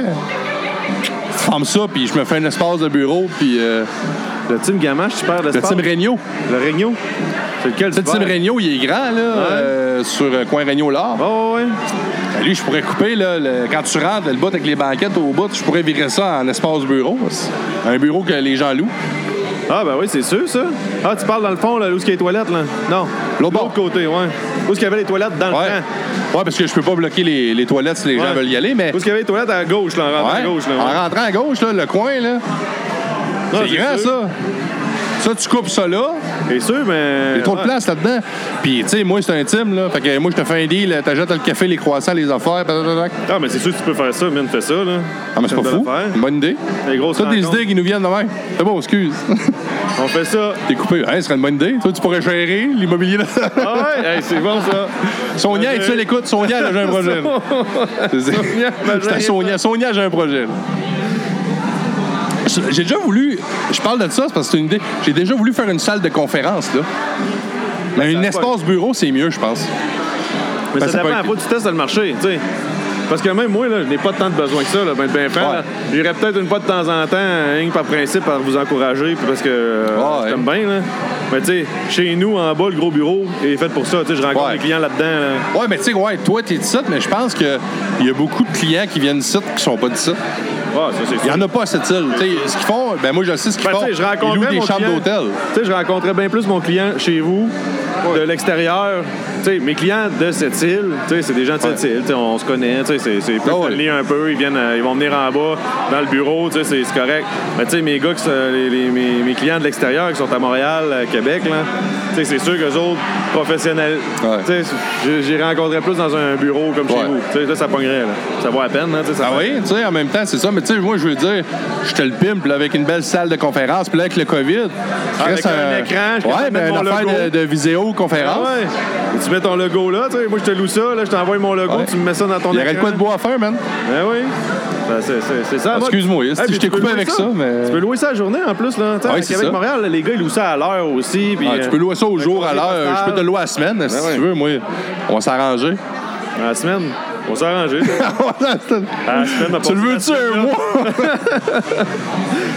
C: je forme ça, puis je me fais un espace de bureau, puis euh,
D: le team Gamache, tu perds
C: le
D: l'espace.
C: Tim Regnault.
D: Le Regno. C'est lequel
C: Tu sais, Tim
D: l'hiver?
C: Regnault, il est grand, là, euh, sur euh, coin Regnault-Lard.
D: Ah ouais, ouais.
C: Lui, je pourrais couper, là, le- quand tu rentres, le bout avec les banquettes au bout, je pourrais virer ça en espace bureau. Un bureau que les gens louent.
D: Ah, ben oui, c'est sûr, ça. Ah, tu parles dans le fond, là, où est-ce qu'il y a les toilettes, là? Non.
C: L'autre bord.
D: côté, ouais. Où est-ce qu'il y avait les toilettes dans
C: Ouais.
D: le temps?
C: Ouais, parce que je peux pas bloquer les, les toilettes si les gens
D: Ouais.
C: veulent y aller, mais.
D: Où est-ce qu'il y avait les toilettes à gauche, là, en rentrant
C: Ouais.
D: à gauche, là? ouais.
C: En rentrant à gauche, là, le coin, là.
D: Non,
C: c'est grand,
D: sûr.
C: ça. Ça, tu coupes ça là.
D: C'est sûr, mais.
C: Il y a trop de place là-dedans. Puis, tu sais, moi, c'est intime, là. Fait que moi, je te fais un deal. T'achètes le café, les croissants, les affaires. pat, pat, pat.
D: Ah, mais c'est sûr que tu peux faire ça, man, fais ça, là.
C: Ah, mais c'est pas
D: une
C: fou.
D: belle affaire.
C: Une bonne idée.
D: Des grosses
C: Toutes des
D: rencontres.
C: idées qui nous viennent de même. C'est bon, excuse.
D: On fait ça.
C: T'es coupé. Hein, ce serait une bonne idée. Toi, tu pourrais gérer l'immobilier. là.
D: Ah ouais, Euh, Hey, c'est bon, ça.
C: Sonia, es-tu à l'écoute? Sonia, elle a un projet. là. C'est- C'est à Sonia. Sonia, j'ai un projet. là. J'ai déjà voulu. Je parle de ça c'est parce que c'est une idée. J'ai déjà voulu faire une salle de conférence, là. Mais un
D: ça a pas-
C: espace bureau, c'est mieux, je pense.
D: Mais
C: Ben, c'est
D: ça dépend,
C: pas-
D: à quoi tu testes le marché, tu sais. Parce que même moi, là, je n'ai pas tant de besoin que ça, là, ben, ben, ben,
C: Ouais.
D: là. J'irais peut-être une fois de temps en temps, rien que par principe, par vous encourager, puis parce que
C: Ouais.
D: j'aime bien, là. Mais tu sais, chez nous, en bas, le gros bureau est fait pour ça, tu sais, je rencontre
C: Ouais.
D: les clients là-dedans, là.
C: Ouais, mais tu sais, ouais, toi, t'es d'ici, mais je pense qu'il y a beaucoup de clients qui viennent d'ici qui sont pas d'ici.
D: Ah, ça, c'est
C: Il y
D: sûr.
C: en a pas à cette île. Tu sais, ce qu'ils font, ben moi, je sais ce qu'ils
D: Ben,
C: font.
D: tu sais, je
C: Ils
D: rencontrais
C: louent des
D: mon
C: chambres
D: client-
C: d'hôtel.
D: Tu sais, je rencontrais bien plus mon client chez vous, de l'extérieur. Tu sais, mes clients de cette île, tu sais, c'est des gens de cette île, tu sais, on se connaît, tu sais, c'est- c'est plus
C: Ah ouais.
D: friendly un peu, ils viennent, euh, ils vont venir en bas, dans le bureau, tu sais, c'est c'est correct. Mais tu sais, mes gars, qui sont- les, les- mes, mes clients de l'extérieur qui sont à Montréal, à Québec, là, tu sais, c'est sûr qu'eux autres, professionnels,
C: Ouais.
D: tu sais, j'ai- j'ai rencontré plus dans un bureau comme
C: Ouais.
D: chez vous. Tu sais, là, ça pognerait, là. Ça vaut la peine, hein, tu sais, ça
C: Ah oui, tu sais, en même temps, c'est ça. Mais tu sais, moi, je veux dire, je te le pimpe là, avec une belle salle de conférence, puis là, avec le COVID.
D: Ah, Avec
C: reste
D: un écran, je peux
C: Ouais,
D: mettre
C: ben, une
D: mon
C: affaire
D: logo.
C: de, de
D: Ah
C: visioconférence.
D: ouais. Et Tu mets ton logo là, tu sais, moi je te loue ça, là, je t'envoie mon logo,
C: Ouais.
D: tu me mets ça dans ton
C: Il y aurait de
D: écran.
C: quoi de beau à faire, man.
D: Ben oui. Ben, c'est- c'est c'est ça. la mode.
C: Excuse-moi, si
D: puis
C: je
D: tu
C: t'ai
D: peux
C: coupé
D: louer
C: avec ça, mais-
D: Tu peux louer ça la journée en plus, là. Tu sais,
C: Ouais,
D: avec
C: c'est
D: Québec,
C: ça.
D: Montréal, les gars, ils louent ça à l'heure aussi. puis,
C: Ah, tu
D: euh,
C: peux louer ça au
D: un
C: jour, à
D: courrier
C: l'heure. Je
D: postal.
C: peux te louer à la semaine, si
D: Ah ouais.
C: tu veux, moi. On va s'arranger.
D: À Ah, la semaine. On s'est arrangé. Ah ça. À la semaine, on
C: tu le
D: passe
C: veux-tu
D: la
C: un
D: semaine, là.
C: mois?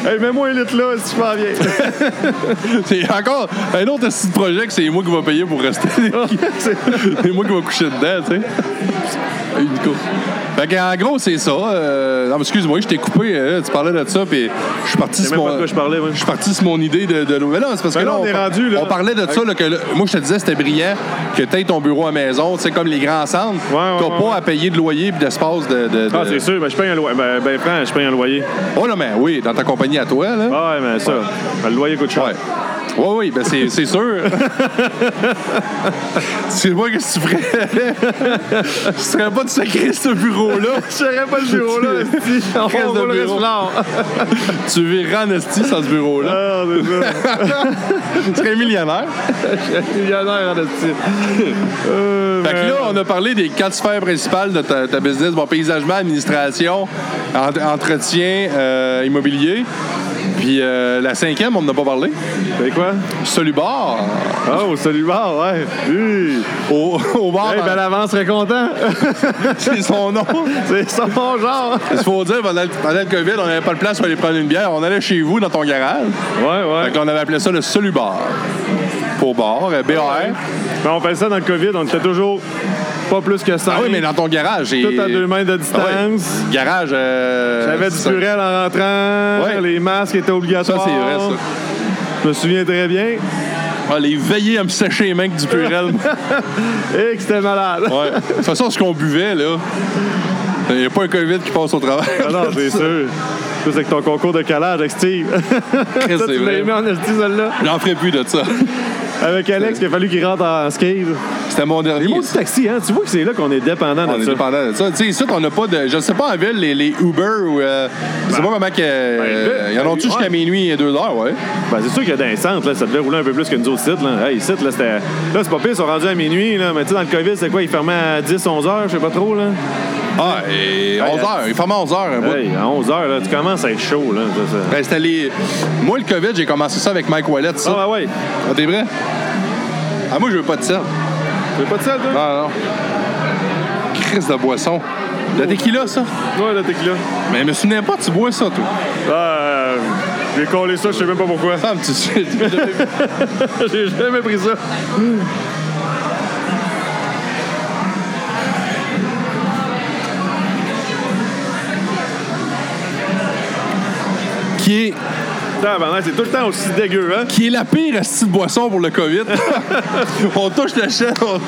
D: Hey, mets-moi un litre là si tu m'en viens.
C: C'est encore un autre petit projet que c'est moi qui va payer pour rester. c'est moi qui va coucher dedans, tu sais. Une coupe. Fait que, en gros, c'est ça. Euh, non, mais excuse-moi, je t'ai coupé. euh, tu parlais de ça, puis je suis parti
D: Je sais
C: sur
D: même
C: mon...
D: pas de quoi je parlais, moi.
C: Je suis parti sur mon idée de, de Mais là, c'est parce
D: Ben
C: que là,
D: là, on est
C: par-
D: rendu, là.
C: on parlait de ça, là, que là, moi, je te disais, c'était brillant que tu ton bureau à maison, tu sais, comme les grands centres.
D: Ouais, ouais,
C: T'as
D: ouais,
C: pas
D: ouais.
C: à payer de loyer puis d'espace de... de- de-
D: Ah, c'est sûr, mais je paye un loyer. Ben, ben franc, je paye un loyer.
C: oh, non, mais oui, dans ta compagnie à toi, là.
D: Ah, ouais, mais ça, ben, le loyer coûte cher.
C: Ouais. Oui, oui, ben c'est, c'est sûr. c'est moi que tu ferais. Tu serais pas de sacré ce bureau-là.
D: Je serais pas le bureau là, esti. on
C: Reste de
D: roule le
C: bureau.
D: fleur.
C: tu vivrais en esti sans ce bureau-là.
D: Ah, c'est ça.
C: Tu serais millionnaire.
D: Millionnaire en esti.
C: Fait que là, on a parlé des quatre sphères principales de ta, ta business. Bon, paysagement, administration, en- entretien, euh, immobilier. Puis euh, la cinquième, on n'en a pas parlé.
D: C'est quoi?
C: Solubord.
D: Oh, salut bar, ouais. Oui.
C: Au, au bar,
D: Hey, ben l'avance serait content.
C: c'est son nom.
D: C'est ça mon genre.
C: Il faut dire, pendant le, pendant le COVID, on n'avait pas de place pour aller prendre une bière. On allait chez vous, dans ton garage.
D: Ouais,
C: Fait
D: ouais.
C: qu'on avait appelé ça le Solubar. Pour bar, euh, BAR.
D: Ben, on fait ça dans le COVID, on était toujours pas plus que ça.
C: Ah oui, mais dans ton garage. et-
D: Tout à deux mains de distance.
C: Ah oui. Garage. euh,
D: J'avais du
C: ça-
D: purel en rentrant.
C: Ouais.
D: Les masques étaient
C: Ça,
D: obligatoires.
C: c'est vrai, ça.
D: Je me souviens très bien.
C: Ah, les veillées à me sécher les mains avec du purel.
D: Et que c'était malade.
C: ouais. De toute façon, ce qu'on buvait, là, il n'y a pas un COVID qui passe au travers.
D: Ah non, c'est sûr. Plus avec ton concours de calage avec Steve.
C: Chris,
D: Ça,
C: c'est
D: tu l'as
C: vrai.
D: aimé en esti, celle-là.
C: J'en ferai plus de ça.
D: Avec Alex, il a fallu qu'il rentre en skate.
C: C'était mon dernier.
D: Mot du taxi, hein? Tu vois que c'est là qu'on est dépendant
C: On
D: de
C: est
D: ça.
C: dépendant de ça. Tu sais, ici, on n'a pas de. Je sais pas en ville, les, les Uber ou. euh, je sais pas comment que. euh,
D: ben,
C: y en ont-tu
D: ouais.
C: jusqu'à minuit et deux heures, ouais?
D: Ben, c'est sûr que dans les centres, là, ça devait rouler un peu plus que nous autres sites. Là, hey, ici, là, c'était... là c'est pas pire, ils sont rendus à minuit. Là, mais tu sais, dans le COVID, c'est quoi? Ils fermaient à 10, 11 heures, je sais pas trop. Là.
C: Ah, et 11
D: à-
C: heures. Il ferme à 11 heures, un bout.
D: Hey, à 11 heures, là, tu commences à être chaud. Là, ça, ça.
C: Ben, c'était les- Moi, le COVID, j'ai commencé ça avec Mike Wallet, ça.
D: Ah, ben ouais.
C: Ah, t'es vrai? Ah, moi, je veux pas de sel.
D: C'est pas de ça, toi?
C: Non, non. Crise de boisson. La tequila, ça?
D: Ah. Ouais, là, t'es que là.
C: Mais je me souviens pas, tu bois ça, toi.
D: Euh, J'ai collé ça, je sais même pas pourquoi.
C: Sam, tu sais,
D: J'ai jamais pris ça.
C: qui est,
D: Tabarnak, c'est tout le temps aussi dégueu, hein?
C: qui est la pire astuce de boisson pour le COVID. on touche le chèvre,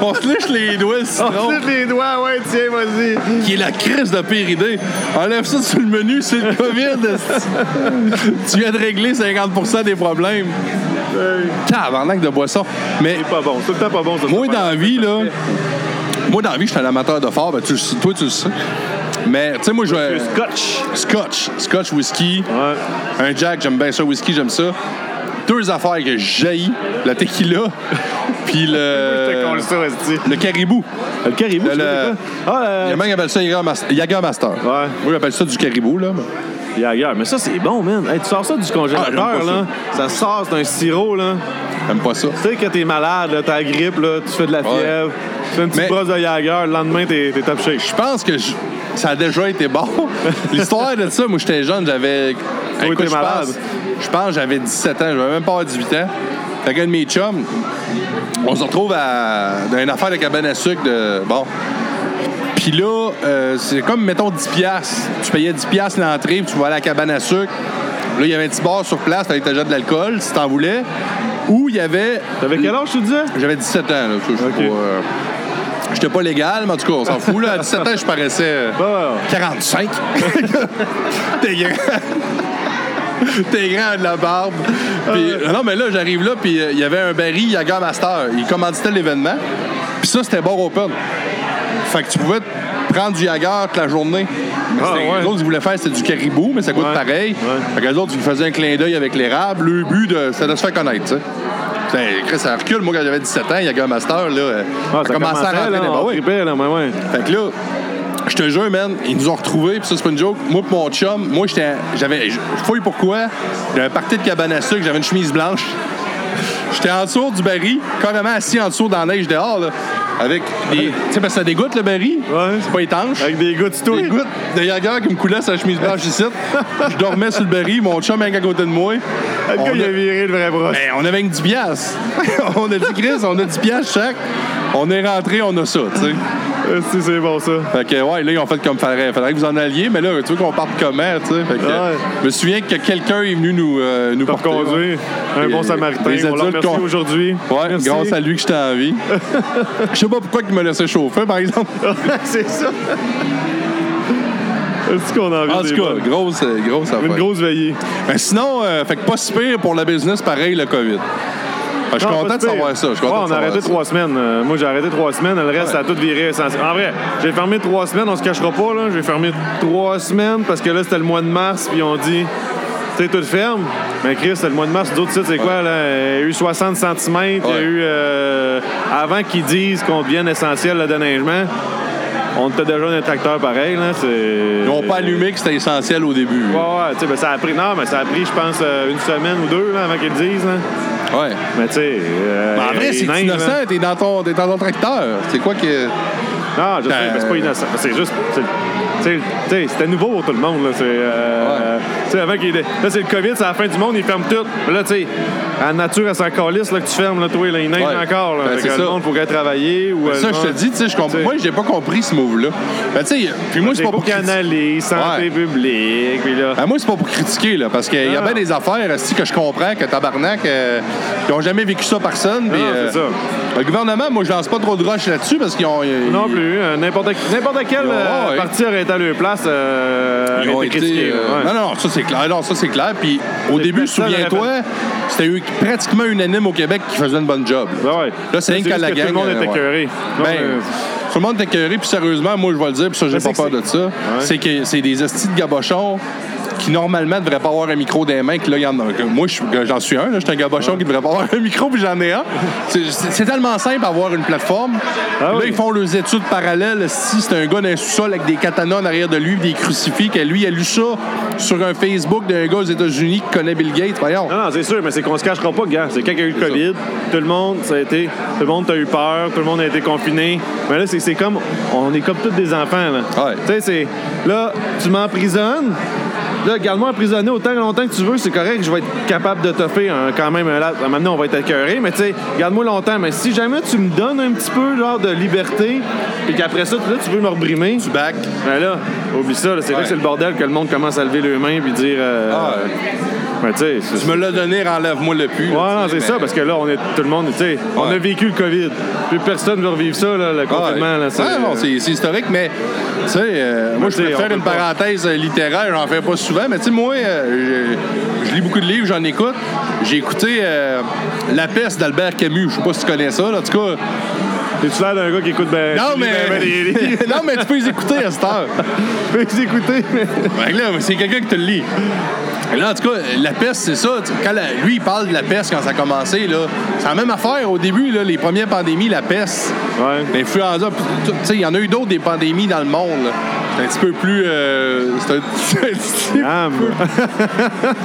C: on, on se lèche les doigts, le
D: On
C: citron.
D: se lèche Ah, les doigts, ouais, tiens, vas-y.
C: qui est la crise de pire idée. Enlève ça sur le menu, c'est le COVID. esti. tu viens de régler 50 des problèmes. Tabarnak de boisson. Mais
D: C'est pas bon, c'est tout le temps pas bon, ça.
C: moi,
D: cette
C: dans la
D: affaire.
C: vie, là, moi, dans la vie, je suis un amateur de fort. Ben, tu le sais- toi, tu le sais. Mais, tu sais, moi, je
D: Le
C: vais.
D: scotch.
C: Scotch. Scotch whisky.
D: Ouais.
C: Un Jack, j'aime bien ça. Whisky, j'aime ça. Deux affaires que j'ai la tequila, puis
D: Je te colle
C: le.
D: ça, esti.
C: Le caribou.
D: Euh, Le caribou,
C: Le-
D: c'est
C: le-
D: quoi? Ah, euh,
C: Il y a même qui appelle ça Yaga Mas- Yaga Master.
D: Ouais.
C: Moi, j'appelle ça du caribou, là. mais-
D: Il y a ailleurs. Mais ça, c'est bon, man. Hey, tu sors ça du congélateur,
C: Ah, j'aime pas
D: là. Ça sort, c'est un sirop, là.
C: J'aime pas ça.
D: Tu sais, quand t'es malade, là, t'as la grippe, là, tu fais de la
C: Ouais.
D: fièvre, tu fais une petite
C: Mais-
D: brosse de Jager, le lendemain, t'es t'es top shape.
C: Je pense que je- ça a déjà été bon. L'histoire de ça, moi, j'étais jeune, j'avais.
D: t'es
C: je
D: malade.
C: pense, je pense que j'avais 17 ans, je vais même pas avoir 18 ans. Fait qu'un de mes chums, on se retrouve à, dans une affaire de cabane à sucre de. Bon. Puis là, euh, c'est comme, mettons, 10 piastres. Tu payais 10 piastres l'entrée, puis tu vas à la cabane à sucre. Là, il y avait un petit bar sur place, fallait que t'achètes de l'alcool, si t'en voulais. Ou il y avait
D: T'avais quel âge, tu disais?
C: J'avais 17 ans, là. tu sais, je suis
D: Ok.
C: pas, euh, J'étais pas légal, mais en tout cas, on s'en fout. Là. À 17 ans, je paraissais euh,
D: Bon.
C: 45. T'es grand. T'es grand de la barbe.
D: Ah
C: Puis, non, mais là, j'arrive là, puis euh, il y avait un Barry Yaga Master. Il commanditait l'événement. Puis ça, c'était bar open. Fait que tu pouvais te prendre du Yaga toute la journée. Mais
D: Ah,
C: c'était-
D: ouais.
C: Les autres, ils voulaient faire, c'était du caribou, mais ça coûte
D: Ouais.
C: pareil.
D: Ouais.
C: Fait que les autres, ils faisaient un clin d'œil avec l'érable. Le but, de, c'était de se faire connaître, tu sais. Putain, Chris, ça recule. Moi, quand j'avais 17 ans, il y a un master, là. euh,
D: Ah,
C: ça commençait à rentrer
D: là,
C: dans- Bah
D: on
C: ouais.
D: tripait, là, ouais, ouais.
C: Fait que là, je te jure, man, ils nous ont retrouvés, pis ça, c'est pas une joke. Moi pis mon chum, moi, j'étais. J'avais. je Fouille pourquoi. J'avais un parti de cabane à sucre, j'avais une chemise blanche. J'étais en dessous du baril, carrément assis en dessous dans la neige dehors, là. Avec des. Tu sais, parce que ça dégoûte le baril.
D: Ouais.
C: C'est pas étanche.
D: Avec des gouttes, tout.
C: Des gouttes de Jagger qui me coulaient sur la chemise blanche ici. Je dormais sur le baril, mon chum est à côté de moi.
D: Le
C: On
D: gars, il
C: a-
D: a viré le vrai brosse.
C: ben, on avait que 10 piastres. on a dit, Chris, on a 10 piastres chaque. On est rentré, on a ça, tu sais.
D: Euh, Si, c'est bon, ça.
C: Fait que, ouais, là, ils ont fait comme faudrait. Faudrait que vous en alliez, mais là, tu veux qu'on parte comment, tu sais. Fait que,
D: Ouais.
C: je me souviens que quelqu'un est venu nous, euh, nous
D: T'as
C: porter. ouais.
D: reconduit. Un
C: Et-
D: bon samaritain.
C: des
D: On
C: adultes
D: le remercie
C: qu'on-
D: aujourd'hui.
C: Ouais,
D: Merci.
C: grâce à lui que j'étais en vie. Je sais pas pourquoi il me laissait chauffer, par exemple.
D: c'est ça. Est-ce qu'on a envie
C: En tout cas, grosse, euh, grosse affaire.
D: Ah, Une grosse veillée.
C: Ben, sinon, euh, fait que pas si pire pour la business, pareil, le COVID. Fait que je suis
D: Non,
C: content
D: pas
C: de
D: si pire.
C: savoir ça. Je suis
D: Ouais,
C: content de
D: on a
C: savoir
D: arrêté
C: ça.
D: trois semaines. Euh, moi, j'ai arrêté trois semaines. Le reste, ça a tout viré. sans- En vrai, j'ai fermé trois semaines. On se cachera pas, là. J'ai fermé trois semaines parce que là, c'était le mois de mars. Puis on dit, tu sais, tout ferme. Mais Chris, c'est le mois de mars. D'autres sites, c'est quoi, là? Il y a eu 60 cm. Il y a
C: Ouais.
D: eu. euh, avant qu'ils disent qu'on devienne essentiel, le déneigement, on était déjà dans un tracteur pareil, là. C'est...
C: Ils n'ont pas allumé que c'était essentiel au début.
D: Ouais, ouais, tu sais, ben, ça a pris. Non, mais ça a pris, je pense, euh, une semaine ou deux là, avant qu'ils le disent, là.
C: Ouais.
D: Mais tu sais. euh,
C: Ben, en vrai,
D: les
C: c'est
D: nains, là.
C: innocent, t'es dans, ton, t'es dans ton tracteur. C'est quoi que.
D: hein. Non, je sais,
C: Ben,
D: mais c'est pas innocent. C'est juste. c'est- tu sais- tu sais, C'était nouveau pour tout le monde. Là, c'est, euh, tu sais, avant qu'il y ait- là, c'est le COVID, c'est la fin du monde, ils ferment tout. Mais là, tu sais, la nature, elle s'en calisse là, que tu fermes, là, toi, là, il neige
C: Ouais.
D: encore. Là,
C: Ben,
D: Fait
C: c'est
D: que
C: ça. Ben,
D: le monde pourrait travailler. Ou, euh,
C: Ça,
D: le
C: je te
D: monde-
C: dis, tu sais, je comprends.
D: T'sais.
C: Moi, j'ai pas compris ce move-là. Ben, tu sais, puis moi,
D: C'est
C: c'est pas
D: pour
C: pour critiquer.
D: canaliser, santé
C: Ouais.
D: publique. Puis là,
C: Ben, moi, c'est pas pour critiquer, là, parce qu'il y a
D: Non,
C: bien
D: non.
C: des affaires, si que je comprends, que tabarnak, euh, ils ont jamais vécu ça personne. puis,
D: non, c'est ça.
C: Le gouvernement, moi, je lance pas trop de rush là-dessus, parce qu'ils ont. ils-
D: non plus. euh, n'importe, n'importe quelle
C: Ouais,
D: euh,
C: ouais.
D: partie aurait été à leur place. euh,
C: Ils ont
D: aurait
C: été,
D: critiquée,
C: euh,
D: ouais.
C: Non, non, non, ça c'est clair. Non, ça c'est clair. Puis au début,
D: personne
C: souviens-toi, c'était eu- pratiquement unanime au Québec qui faisait une bonne job.
D: Ben ouais.
C: Là, c'est rien qu'à
D: juste
C: la
D: que
C: gang.
D: Tout le monde
C: euh,
D: était
C: ouais.
D: écœuré. Non,
C: Ben,
D: mais-
C: tout le monde est écœuré, puis sérieusement, moi, je vais le dire, puis ça, j'ai
D: Mais
C: pas
D: c'est
C: peur
D: que
C: de ça. C'est que c'est des estis de gabochons qui, normalement, devraient pas avoir un micro des mains, que là, il y en a. que Moi, je suis- que j'en suis un, là. Je suis un gabochon qui devrait pas avoir un micro, puis j'en ai un. C'est- C'est c'est tellement simple avoir une plateforme. Puis Là,
D: Ah oui.
C: ils font leurs études parallèles. Si c'est un gars d'un sous-sol avec des katanas en arrière de lui, puis des crucifix, et lui, il a lu ça sur un Facebook d'un gars aux États-Unis qui connaît Bill Gates. Voyons.
D: Non, non, c'est sûr, mais c'est qu'on se cachera pas, gars. C'est quand il y a eu le
C: C'est ça.
D: COVID, tout le monde, ça a été, tout le monde a eu peur, tout le monde a été confiné. Mais là, c'est- c'est comme, on est comme tous des enfants, là.
C: Ouais.
D: Tu sais, c'est, là, tu m'emprisonnes, Là, garde-moi emprisonné autant longtemps que tu veux, c'est correct, je vais être capable de toffer un- quand même un laps. Maintenant, on va être écœuré, mais tu sais, garde-moi longtemps. Mais si jamais tu me donnes un petit peu genre de liberté, puis qu'après ça, là, tu veux me rebrimer,
C: Du bac.
D: ben là, oublie ça, là, c'est vrai
C: Ouais.
D: que c'est le bordel que le monde commence à lever les mains puis dire. euh,
C: Ah,
D: ben, tu sais, c'est-
C: Tu me l'as donné, enlève-moi le pu.
D: Ouais, non, c'est ça, parce que là, on est tout le monde, tu sais, on a vécu le COVID. Plus personne ne veut revivre ça, euh, là, le confinement. là, c'est-
C: Ah,
D: Ben,
C: Ouais, non, c'est c'est historique, mais tu sais, euh, moi, je
D: tu sais,
C: peux
D: on
C: faire
D: peut
C: une
D: pas.
C: parenthèse euh, littéraire, j'en fais pas souvent, mais tu sais, moi, euh, je, je lis beaucoup de livres, j'en écoute. J'ai écouté euh, La peste d'Albert Camus, je sais pas si tu connais ça, là, en tout cas.
D: T'es-tu l'air d'un gars qui écoute ben.
C: Non, mais,
D: Ben, ben, des- des-
C: non, mais tu peux les écouter à cette heure.
D: Fait que j'ai écouté, mais.
C: Fait que là, c'est quelqu'un qui te le lit. Et là, en tout cas, la peste, c'est ça. Tu- Quand la- lui, il parle de la peste quand ça a commencé, là, c'est la même affaire. Au début, là, les premières pandémies, la peste,
D: Ouais.
C: l'influenza, puis Ben, tout- tu sais, il y en a eu d'autres des pandémies dans le monde. là. C'est un petit peu plus. euh, c'est un c'est un petit
D: Ah, moi.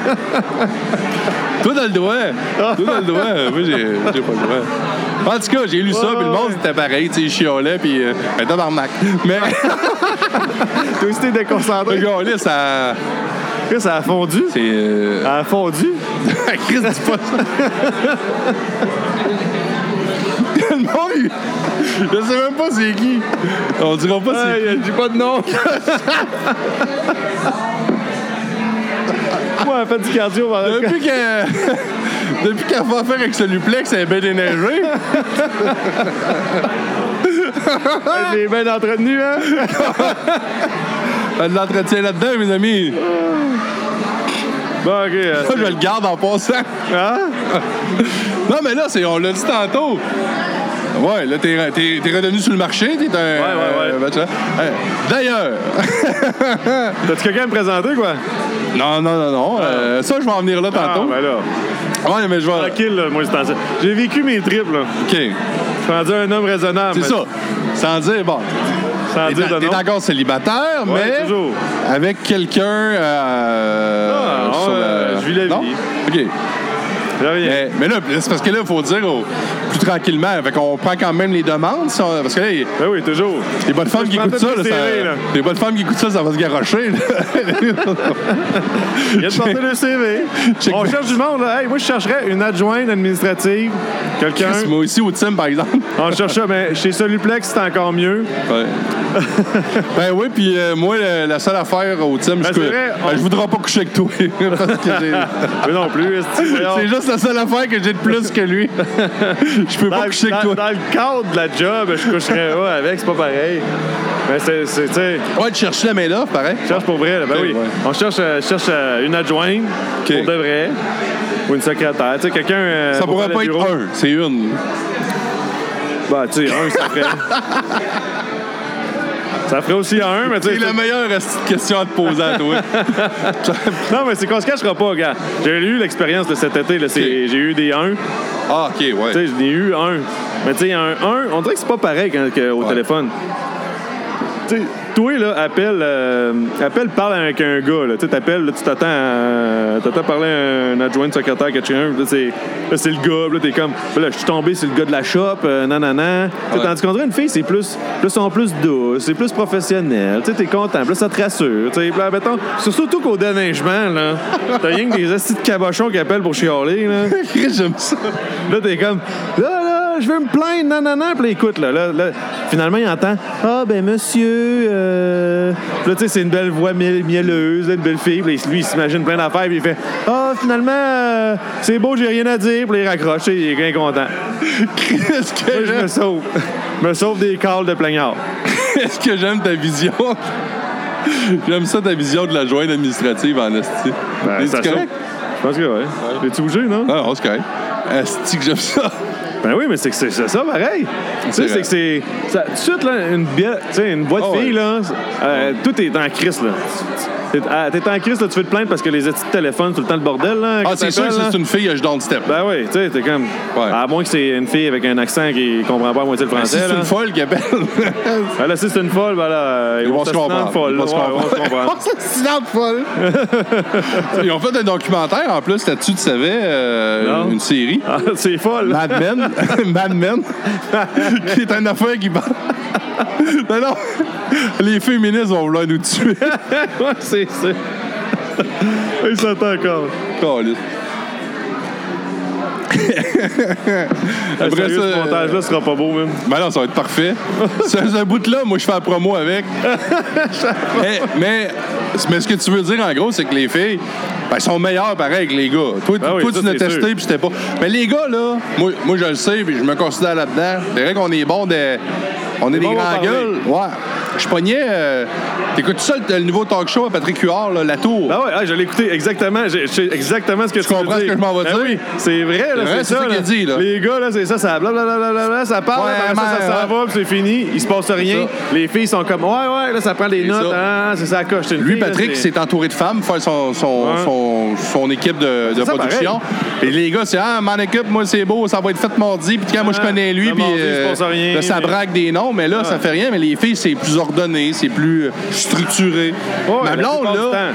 C: Toi, dans le doigt. Toi, dans le doigt. Moi, j'ai j'ai pas le droit. En tout cas, j'ai lu ça, puis le monde était pareil. Tu sais, il chiolait, puis. Euh, ben, tabarnak. Mais,
D: T'as Ah, aussi été
C: le
D: déconcentré.
C: gars, là, ça.
D: Chris, ça a fondu.
C: C'est. euh,
D: Ça a fondu.
C: Chris, dis pas ça. Le monde, il- je sais même pas c'est qui. On dira pas c'est qui.
D: dis pas de nom. Moi, elle fait du cardio pendant que.
C: Depuis qu'elle Depuis qu'elle va faire avec ce luplex, elle est bien énergée.
D: J'ai bien entretenu, hein.
C: Elle a Euh, de l'entretien là-dedans, mes amis.
D: Bon, ok. euh,
C: Ça, je le garde en passant.
D: Hein?
C: Non, mais là, c'est, on l'a dit tantôt. Ouais, là, t'es, t'es- t'es redevenu sur le marché. T'es un. euh, ben,
D: ouais, ouais.
C: bachelor. Ouais. D'ailleurs.
D: T'as-tu quelqu'un à me présenter, quoi?
C: Non, non, non, non.
D: Ah.
C: euh, ça, je vais en venir là tantôt.
D: ben là.
C: Ouais, mais je vais.
D: Tranquille, là, moi, je t'en J'ai vécu mes tripes, là.
C: OK.
D: Je suis rendu un homme raisonnable.
C: C'est
D: mais
C: ça. Sans dire, bon,
D: Sans
C: t'es
D: dire de nom.
C: t'es encore célibataire,
D: Ouais,
C: mais
D: toujours.
C: avec quelqu'un euh,
D: Non, non, euh, je vis la
C: Non?
D: vie.
C: OK.
D: J'ai rien.
C: Mais, mais là, c'est parce que là, il faut dire au- plus tranquillement. Fait qu'on prend quand même les demandes. si on- parce que là, les
D: Ben oui, toujours.
C: les bonnes femmes
D: je
C: qui
D: prends
C: écoutent ça,
D: toutes
C: là,
D: les
C: ça-
D: séries, là.
C: les bonnes femmes qui écoutent ça, ça va se garrocher. là.
D: Il y a de porter le CV.
C: Check
D: On
C: bien.
D: cherche du monde, là. Hey, moi, je chercherais une adjointe administrative. Quelqu'un.
C: Moi aussi, au team, par exemple.
D: On cherche ça, mais chez Soluplex, c'est encore mieux.
C: Ouais. ben oui, puis euh, moi, le- la seule affaire au team,
D: Ben,
C: je,
D: c'est vrai, on-
C: ne voudrais pas coucher avec toi. parce que j'ai-
D: Mais non plus. esti, voyons.
C: C'est juste la seule affaire que j'ai de plus que lui. Je peux
D: Dans,
C: pas coucher avec
D: dans-
C: toi.
D: dans le cadre de la job, je coucherais pas avec, c'est pas pareil. Mais c'est, c'est- tu sais,
C: Ouais, tu cherches la main-d'œuvre, pareil.
D: je cherche pour vrai, là. Ben
C: Ok,
D: oui.
C: ouais.
D: On cherche, euh, je cherche euh, une adjointe
C: Ok.
D: pour de vrai, ou une secrétaire. Tu sais, quelqu'un. euh,
C: Ça
D: pour
C: pourrait
D: faire
C: pas
D: le
C: être
D: bureau.
C: un, c'est une.
D: Bah, tu sais, un, ça ferait. ça ferait aussi un, mais tu sais.
C: C'est la meilleure esti de question à te poser à toi.
D: Non, mais c'est qu'on se cachera pas, gars. J'ai eu l'expérience de cet été, là, c'est-
C: Ok.
D: j'ai eu des 1.
C: ah, ok,
D: Tu
C: ouais.
D: sais, j'ai eu un. Mais tu sais, un 1, on dirait que c'est pas pareil quand, qu'au téléphone. Tu sais, toi, là, appelle, euh, appelle, parle avec un gars, là. Tu sais, t'appelles, là, tu t'attends à, t'attends parler à un adjoint de secrétaire, quelqu'un, là, c'est, là, c'est le gars, puis là, t'es comme, là, je suis tombé, c'est le gars de la shop, euh, nanana. Tu sais,
C: Ouais.
D: Tandis qu'on dirait une fille, c'est plus, plus en plus douce, c'est plus professionnel, tu sais, t'es content, puis là, ça te rassure, tu sais, Puis là, mettons, c'est surtout qu'au déneigement, là, t'as rien que des assis de cabochons qui appellent pour chialer, là.
C: Chris, j'aime ça.
D: Là, t'es comme, là, là, je veux me plaindre, non, non, non. Puis là, écoute, là, là, là, finalement, il entend, ah, ben, monsieur. Euh... Puis là, tu sais, c'est une belle voix miel- mielleuse, là, une belle fille. Puis lui, il s'imagine plein d'affaires. Puis il fait, ah, finalement, euh, c'est beau, j'ai rien à dire. Puis là, il raccroche, tu sais, il est bien content.
C: Chris,
D: Moi,
C: que
D: je me
C: j'aime-
D: sauve. Je me sauve des calls de plaignard.
C: Chris, que j'aime ta vision. J'aime ça, ta vision de la jointe administrative en esti.
D: Ben,
C: Les
D: ça
C: petits
D: se
C: cons-
D: fait. Je pense que, ouais. tu bougé, non?
C: Ah, non, c'est correct. Esti que j'aime ça.
D: Ben oui, mais c'est que c'est c'est ça, pareil. Tu sais,
C: C'est
D: c'est que c'est. ça- Tout de suite, là, une, bia- tu sais, une voix de
C: Ah ouais.
D: fille, là, euh, tout est en crise, là. T'es ah, t'es en crise, là, tu veux te plaindre parce que les études de téléphone, tout le temps le bordel, là.
C: Ah,
D: que
C: c'est sûr que
D: t'appelles,
C: si
D: là.
C: c'est une fille, je don't step.
D: Ben oui, tu sais, t'es comme. À moins que c'est une fille avec un accent qui comprend pas à moitié le
C: Ben, si
D: français,
C: c'est
D: là.
C: une folle qui appelle.
D: Ah, là, si c'est une folle, ben là, euh, ils,
C: Ils vont se
D: s'assiner en
C: comprendre.
D: Folle,
C: Ils vont se
D: là. Ouais, ils vont se
C: comprendre.
D: comprendre.
C: Assassinat folle. Ils ont fait un documentaire en plus là-dessus, tu savais, euh,
D: Non.
C: une série.
D: Ah, c'est folle.
C: Mad Men. Mad Men. qui est un affaire qui parle. non, non. Les féministes vont vouloir nous tuer.
D: ouais, c'est ça. Il s'attend encore.
C: Câlisse.
D: Après
C: Après
D: ce
C: ça.
D: montage-là sera pas beau, même.
C: Ben non, ça va être parfait. Ce, ce bout-là, moi, je fais la promo avec. mais, mais, mais ce que tu veux dire, en gros, c'est que les filles, ben, elles sont meilleures pareil que les gars. Toi,
D: Ben oui,
C: toi,
D: ça,
C: tu n'as
D: c'est
C: testé,
D: sûr.
C: puis c'était pas. Mais les gars, là, moi, moi, je le sais, puis je me considère là-dedans. C'est vrai qu'on est bon de. On est des
D: bon
C: grands
D: pour parler.
C: gueules. Ouais. Je pognais. euh, T'écoutes ça, le, le nouveau talk show à Patrick Huard, là, La Tour?
D: Ah ouais, ah, je l'ai écouté exactement. Je, je sais exactement ce que tu, veux
C: comprends ce
D: dire.
C: que je m'en vais
D: Ben
C: dire?
D: Oui, c'est vrai, là,
C: vrai,
D: c'est
C: c'est
D: ça.
C: ça
D: là.
C: qu'il a dit, là.
D: Les gars, là, c'est ça, ça blablabla, ça parle,
C: Ouais,
D: après ça, ça
C: man,
D: s'en va, puis c'est fini. Il se passe rien. Les filles sont comme, ouais, ouais, là, ça prend des
C: C'est
D: notes.
C: ça.
D: Ah, c'est ça, la coche. C'est une
C: Lui,
D: fille, là,
C: Patrick,
D: c'est-
C: s'est entouré de femmes pour faire son, son,
D: Ouais.
C: son, son équipe de, de
D: ça,
C: production. Et les gars, c'est Ah, mon équipe, moi, c'est beau, ça va être fait mardi. Puis quand moi, je
D: Ah,
C: connais lui,
D: le
C: puis euh,
D: mardi, il se passe rien,
C: là, ça
D: mais-
C: braque des noms, mais là, ça fait rien. Mais les filles, c'est plus ordonné, c'est plus euh, structuré.
D: Ouais,
C: ma
D: la
C: blonde,
D: plupart du
C: là.
D: temps.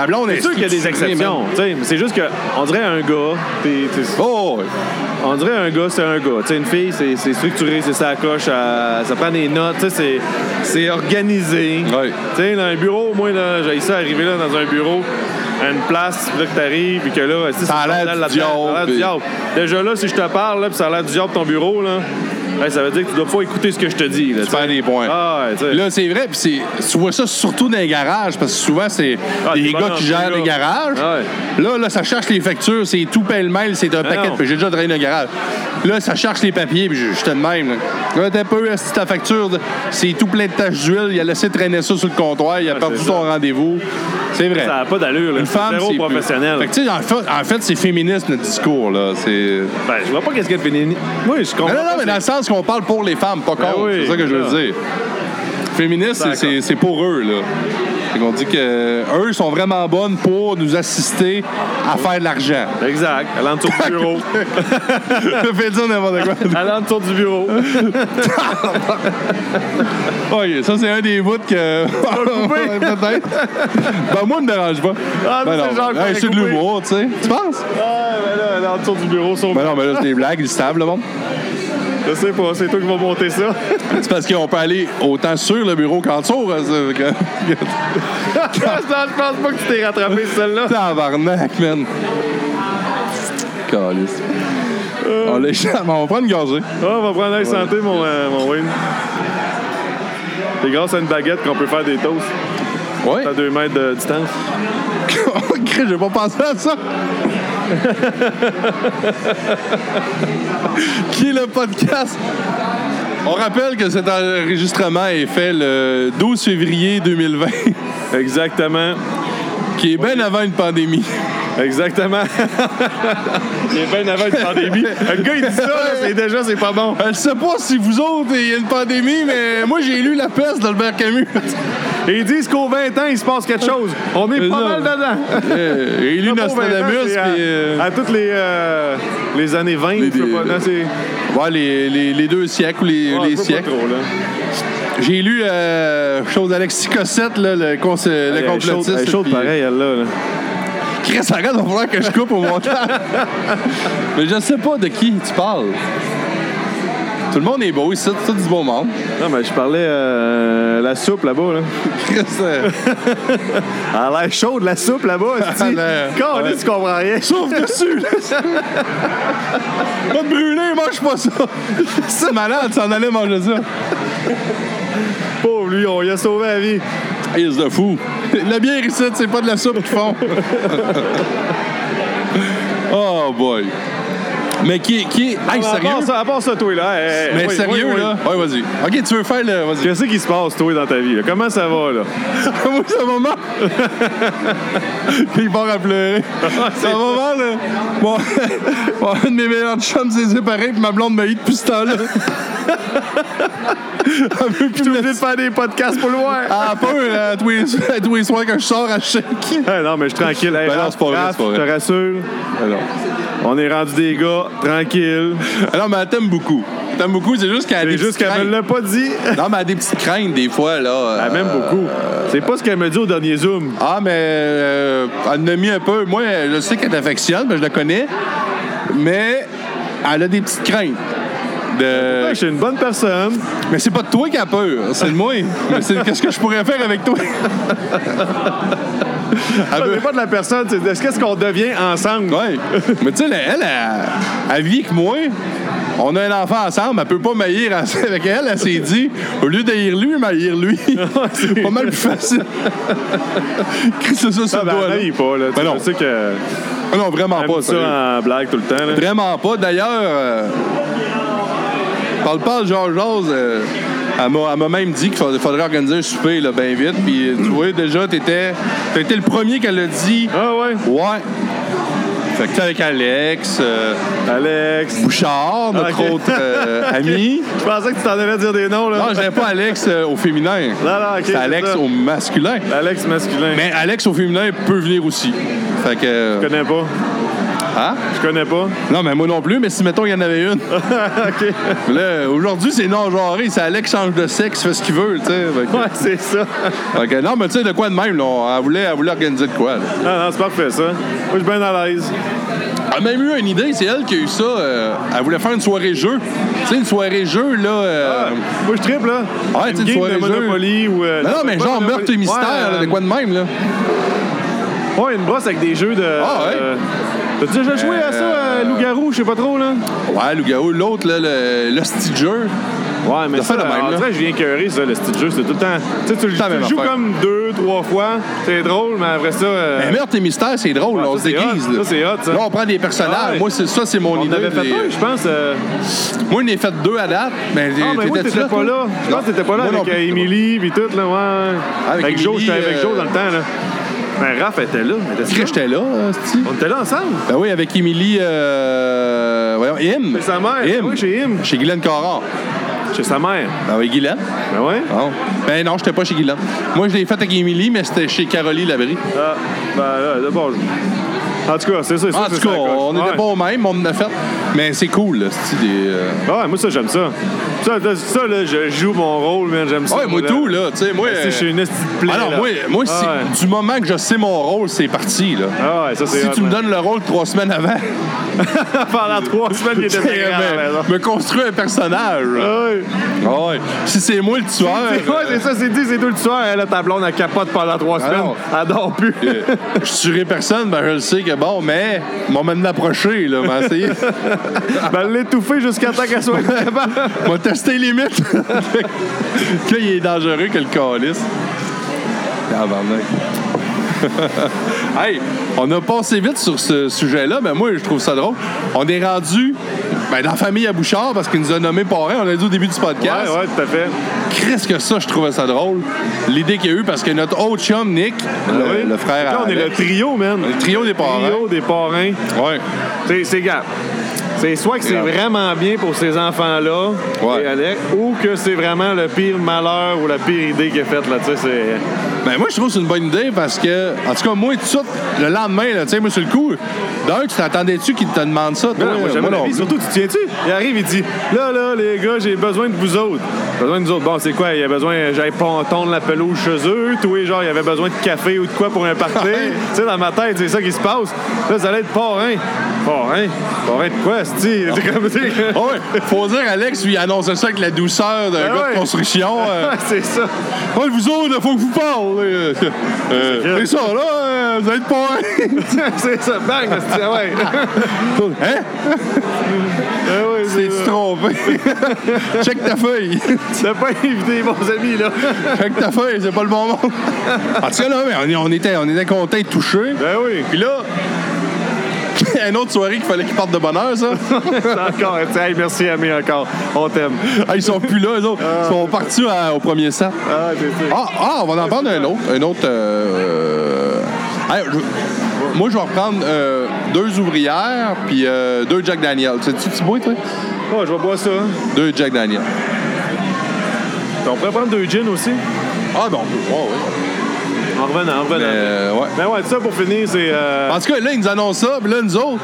C: Ma blonde est
D: C'est sûr qu'il y a des
C: structurée, man.
D: exceptions. tu sais, mais C'est juste qu'on dirait un gars, t'es- t'es-
C: Oh, ouais.
D: on dirait un gars, c'est un gars. Tu sais, une fille, c'est c'est structuré, c'est ça, la coche, euh, ça, ça prend des notes, tu sais, c'est- c'est organisé.
C: Ouais.
D: Tu sais, dans un bureau, moi, là, j'ai ça arriver là, dans un bureau, à une place, puis là, que t'arrives, puis que là, si
C: Ça a l'air du diable,
D: Ça a l'air du
C: puis-
D: diable. Déjà là, si je te parle, là, puis ça a l'air du diable ton bureau, là, ben, ça veut dire que tu dois pas écouter ce que je te dis. Là,
C: tu
D: tu sais.
C: perds des points.
D: Ah, ouais, tu sais.
C: Là, c'est vrai, puis c'est- tu vois ça surtout dans les garages, parce que souvent, c'est
D: Ah,
C: des
D: des
C: gars
D: bonhommes,
C: qui gèrent
D: des
C: les
D: gars.
C: garages.
D: Ah Ouais.
C: Là, là, ça cherche les factures, c'est tout pêle-mêle, c'est un paquet,
D: non.
C: puis j'ai déjà drainé un garage. Là, ça cherche les papiers, puis j'étais de même. Là, Là, t'as peu, est-ce que ta facture, c'est tout plein de taches d'huile, il a laissé traîner ça sur le comptoir, il a perdu
D: Ah, c'est
C: son rendez-vous. C'est vrai.
D: Ça n'a pas d'allure. là.
C: Une femme,
D: Zéro
C: c'est plus-
D: professionnel.
C: Fait que, tu sais, en fait, en fait, c'est féministe, notre discours, là. C'est...
D: Ben, je vois pas qu'est-ce qu'il y a de féminin. Oui, je comprends.
C: Non, non, non,
D: pas,
C: mais
D: c'est-
C: dans le sens qu'on parle pour les femmes, pas contre.
D: oui,
C: c'est ça que je veux
D: là.
C: dire. Féministe, c'est- c'est- c'est pour eux, là. Fait qu'on dit que euh, eux sont vraiment bonnes pour nous assister à faire de l'argent.
D: Exact. Alentour du bureau.
C: Je fais dire n'importe quoi.
D: Alentour du bureau.
C: OK, ça, c'est un des bouts que... Ouais, Peut-être. Ben, moi, me dérange pas.
D: Ah,
C: ben
D: nous, c'est le genre qu'on
C: Hey,
D: va
C: c'est de
D: couper.
C: l'humour, tu sais. Tu penses?
D: Ah, ben là, alentour du bureau, sont...
C: Ben non, mais là, c'est des blagues, ils savent, le monde.
D: Je sais pas, c'est toi qui vas monter ça.
C: C'est parce qu'on peut aller autant sur le bureau qu'en dessous. hein, ça, fait que-
D: je pense pas que tu t'es rattrapé celle-là.
C: Tabarnak, man. Calice. On l'échappe, on va prendre une gorgée.
D: Ah, on va prendre l'air santé, mon, euh, mon Wayne. C'est grâce à une baguette qu'on peut faire des toasts
C: Ouais.
D: à 2 mètres de distance.
C: Crée, j'ai pas pensé à ça. Qui est le podcast? On rappelle que cet enregistrement est fait le 12 février 2020,
D: Exactement.
C: qui est bien avant une pandémie.
D: Exactement. il est bien avant une pandémie. Le gars, il dit ça, là, c'est déjà, c'est pas bon.
C: Euh, Je sais pas si vous autres, il y a une pandémie, mais moi, j'ai lu La peste d'Albert Camus.
D: Et ils disent qu'au 20 ans, il se passe quelque chose. On est
C: Mais
D: pas
C: non.
D: mal dedans.
C: Euh, J'ai lu
D: Au 20 ans,
C: Nostradamus,
D: c'est
C: puis...
D: à,
C: euh,
D: à toutes les, euh, les années 20, je sais pas, non, c'est...
C: Ouais, les, les- les deux siècles ou les,
D: Ah,
C: les
D: un peu
C: siècles.
D: Pas trop, là.
C: J'ai lu euh, chose d'Alexis Cossette, là, le, cons- le
D: Elle est chaude-
C: complotiste.
D: elle est chaude
C: puis- euh,
D: pareil, elle, là. là.
C: Chris, arrête, il va falloir que je coupe au montage. Mais je sais pas de qui tu parles. Tout le monde est beau ici, tout du bon monde.
D: Non, mais je parlais euh, la soupe là-bas. Là.
C: Chris, euh,
D: Elle a l'air chaude, la soupe là-bas.
C: Elle a-
D: Quand on dit, tu comprends rien.
C: Sauf dessus, là. Va te brûler, mange pas ça. C'est malade, s'en allait manger ça.
D: Pauvre, lui, on lui a sauvé la vie.
C: Ils de fou. La bière ici, c'est pas de la soupe qu'ils font. oh boy. Mais qui, qui... Hey,
D: à,
C: sérieux?
D: part ça, à part ça, toi, là. hey, hey,
C: Mais
D: oui,
C: sérieux,
D: oui, oui.
C: là? Ouais, vas-y. OK, tu veux faire le... Vas-y.
D: Qu'est-ce qui se passe, toi, dans ta vie? là? Comment ça va, là?
C: Moi, ça va mal. Il part à pleurer. ça va mal, là. Bon, bon, un de mes meilleurs chums s'est séparé, puis ma blonde m'a eu depuis ce temps-là. Elle veut plus me
D: Je
C: laisser.
D: vais faire des podcasts pour le voir.
C: Ah, peur, à tous les, à tous les soirs que je sors à chaque.
D: Hey, non, mais je suis tranquille. Hey,
C: Ben non,
D: Raph,
C: c'est pas vrai,
D: Raph,
C: c'est pas vrai. Ben
D: Je te rassure,
C: Alors,
D: on est rendu des gars tranquilles.
C: alors Ah mais elle t'aime beaucoup. Elle T'aime beaucoup, c'est juste qu'elle a des
D: C'est juste
C: petites
D: qu'elle Ben, me
C: craintes.
D: l'a pas dit.
C: Non, mais elle a des petites craintes, des fois, là. Euh,
D: Elle m'aime beaucoup. C'est pas ce qu'elle me dit au dernier Zoom.
C: Ah, mais euh, elle en a mis un peu. Moi, je sais qu'elle t'affectionne, ben, je la connais. Mais elle a des petites craintes. De...
D: Ouais, Je suis une bonne personne.
C: Mais c'est pas de toi qui a peur, c'est de moi. Mais c'est qu'est-ce que je pourrais faire avec toi. Elle
D: Ça
C: veut-
D: dépend de la personne. tu sais, Est-ce qu'est-ce qu'on devient ensemble?
C: Ouais. Mais tu sais, elle, elle, elle, elle vit que moi. On a un enfant ensemble, elle peut pas maillir ensemble avec elle. Elle s'est dit, au lieu d'haïr lui, maillir lui. C'est pas mal plus facile. Chris, c'est ça sur
D: Ah,
C: le
D: ben,
C: doigt.
D: elle
C: là.
D: haït pas, là. Tu
C: Ben non.
D: je sais que.
C: Ah Non, vraiment
D: elle
C: pas.
D: met
C: sérieux.
D: ça hein. en blague tout le temps, là.
C: Vraiment pas. D'ailleurs, euh, parle pas de Georges Rose. euh, elle m'a elle m'a même dit qu'il faudrait, faudrait organiser un souper là, bien vite. Puis euh, tu vois, déjà, t'étais t'as été le premier qu'elle a dit.
D: Ah ouais.
C: Ouais. Fait que t'es avec Alex, euh,
D: Alex.
C: Bouchard, notre
D: Ah, ok.
C: autre euh, ami.
D: Je pensais que tu t'en allais dire des noms, là.
C: Non, je n'avais pas Alex euh, au féminin.
D: Non, non, ok,
C: C'est
D: c'est
C: Alex
D: ça.
C: au masculin.
D: Alex masculin.
C: Mais Alex au féminin peut venir aussi. Fait que. euh,
D: Je connais pas.
C: hein?
D: Je connais pas.
C: Non, mais moi non plus, mais si mettons il y en avait une.
D: OK.
C: Là, aujourd'hui, c'est non-genré. C'est Alex change de sexe, fait ce qu'il veut, tu sais. Fait que-
D: Ouais, c'est ça.
C: fait que non, mais tu sais, de quoi de même, là? Elle voulait, elle voulait organiser de quoi, là.
D: Non, non, c'est parfait, ça. Moi, je suis bien à l'aise.
C: Elle a même eu une idée, c'est elle qui a eu ça. euh, elle voulait faire une soirée jeu. Tu sais, une soirée jeu, là.
D: Ah,
C: euh,
D: Moi, je tripe, là.
C: Ouais, tu sais,
D: une
C: tu
D: game
C: vois
D: de
C: les jeux.
D: Monopoly ou... euh,
C: Non, non, mais
D: pas
C: genre
D: Monopoly.
C: meurtre et mystère,
D: Ouais,
C: là, de quoi de même, là.
D: euh, Ouais, une brosse avec des jeux de...
C: Ah, ouais.
D: euh, T'as déjà joué à ça,
C: Euh,
D: euh, loup-garou, je sais pas trop, là?
C: Ouais, Lugao, l'autre, là, le, le style jeu.
D: Ouais, mais
C: T'as fait le même,
D: en
C: là.
D: vrai, je viens cœurer, ça, le style jeu, c'est tout le temps... Tu sais, tu le-
C: la
D: tu le
C: même
D: joues
C: affaire.
D: comme deux, trois fois, c'est drôle, mais après ça... euh,
C: Mais meurtre et mystère, c'est drôle, là,
D: ça,
C: on se
D: c'est
C: déguise,
D: hot.
C: là.
D: Ça, c'est hot, ça.
C: Là, on prend des personnages.
D: Ah ouais.
C: Moi, c'est ça, c'est mon
D: On
C: idée.
D: avait fait
C: les-
D: peur, je pense. euh,
C: Moi, j'en ai fait deux à date. Ben, Mais
D: Ah, mais moi, t'étais pas là. Je pense que t'étais pas là avec euh, Émilie puis tout, là, ouais.
C: Avec
D: Avec, Joe,
C: Émilie,
D: j'étais avec
C: euh,
D: Joe dans le temps, là. Mais Raph était là. mais t'étais
C: Chris,
D: là.
C: j'étais là, hostie.
D: On était là ensemble.
C: Ben oui, avec Émilie, euh, voyons, Im.
D: Chez sa mère.
C: Im.
D: Oui, chez Im.
C: Chez Guylaine Caron.
D: Chez sa mère.
C: Ben oui, Guylaine.
D: Ben ouais.
C: Bon. Ben non, j'étais pas chez Guylaine. Moi, je l'ai faite avec Émilie, mais c'était chez Caroline Labrie.
D: Ah, ben là, d'abord. En tout cas, c'est ça. c'est ça,
C: En
D: c'est
C: tout
D: ça,
C: cas,
D: la coche.
C: on
D: Ouais.
C: était pas au même, on en a fait. Mais c'est cool, là, c'est des... euh,
D: Ah ouais, moi, ça, j'aime ça. Ça, là, ça, là, je joue mon rôle, man. J'aime ça.
C: Ouais, moi tout, là, tu sais, moi... euh,
D: Tu sais, je suis une esti de plaie,
C: Ah non,
D: là.
C: moi, moi c'est-
D: Ah ouais.
C: du moment que je sais mon rôle, c'est parti, là.
D: Ah ouais, ça, c'est
C: Si
D: hot,
C: tu me
D: man.
C: donnes le rôle trois semaines avant,
D: Pendant trois semaines, il était
C: me,
D: bien grave, là.
C: me construis un personnage. là.
D: Ouais,
C: Ah ouais. Si c'est moi le tueur...
D: C'est- ouais, c'est ça, c'est dit, c'est tout le soir, hein, là, ta blonde, elle capote pendant trois
C: Ah
D: semaines,
C: non.
D: elle dort plus.
C: Euh, je tuerai personne, ben je le sais que bon, mais ils m'ont même approché, là, m'a essayé.
D: Ben, l'étouffer jusqu'à temps qu'elle soit capable.
C: m'a testé les limites. que il est dangereux que le calice. Ah, barnac. hey, on a passé vite sur ce sujet-là, mais moi, je trouve ça drôle. On est rendu ben, dans la famille à Bouchard parce qu'il nous a nommé parrain, on l'a dit au début du podcast.
D: Ouais, ouais, tout à fait.
C: Qu'est-ce que ça, je trouvais ça drôle. L'idée qu'il y a eu, parce que notre autre chum, Nick, le,
D: Ah Oui.
C: le frère
D: Là, on est
C: Alex-
D: le trio, man.
C: Le trio des parrains.
D: trio des parrains.
C: Ouais.
D: C'est, c'est grave. C'est soit que c'est
C: Grave.
D: vraiment bien pour ces enfants-là,
C: Ouais.
D: et Alex, ou que c'est vraiment le pire malheur ou la pire idée qu'il a faite, là, tu sais, c'est...
C: Ben moi je trouve que c'est une bonne idée parce que en tout cas moi tout de suite le lendemain là, tu sais moi sur le coup d'un tu t'attendais-tu qu'il te demande ça toi
D: Non, Ah, Ben, moi, j'aime la vie. Surtout, tu te tiens-tu? Il arrive, il dit, là, là, les gars, j'ai besoin de vous autres. J'ai besoin de nous autres. Bon, c'est quoi? Il a besoin, j'aille ponton de la pelouse chez eux, tout et genre, il avait besoin de café ou de quoi pour un party. tu sais, dans ma tête, c'est ça qui se passe. Là, ça allait être parrain. Parrain? Parrain de quoi, c'ti? C'est comme, tu sais,
C: Ah ouais, faut dire Alex lui annonçait ça avec la douceur d'un
D: Ah
C: gars de
D: ouais.
C: construction euh,
D: c'est ça.
C: Ouais, vous autres faut que vous parlez euh, euh, c'est ça là euh, vous êtes pas
D: c'est ça, bang, c'ti, ah ouais.
C: hein
D: Ah ouais,
C: t'es
D: c'est ça.
C: trompé check ta feuille
D: T'as pas invité bons amis, là.
C: check ta feuille c'est pas le bon moment en tout cas là mais on, on était on était contents et touchés
D: Ben oui,
C: puis là une autre soirée qu'il fallait qu'il parte de bonne heure ça
D: c'est encore. tu sais, hey, merci, Amé, encore. On t'aime.
C: Ah, ils sont plus là, eux autres. Ils sont partis à- au premier set.
D: Ah, c'est ça.
C: Ah, ah, on va en prendre un autre. Un autre. euh, euh, hey, je- moi, je vais reprendre euh, deux ouvrières puis euh, deux Jack Daniel. C'est-tu Thibaut, toi?
D: Oh, je vais boire ça.
C: Deux Jack Daniel.
D: On pourrait prendre deux gins aussi.
C: Ah, ben, on peut. Ouais, ouais.
D: En revenant, en revenant.
C: Euh, ouais.
D: Ben ouais, ça pour finir, c'est euh,
C: En tout cas, là, ils nous annoncent ça, puis là, nous autres.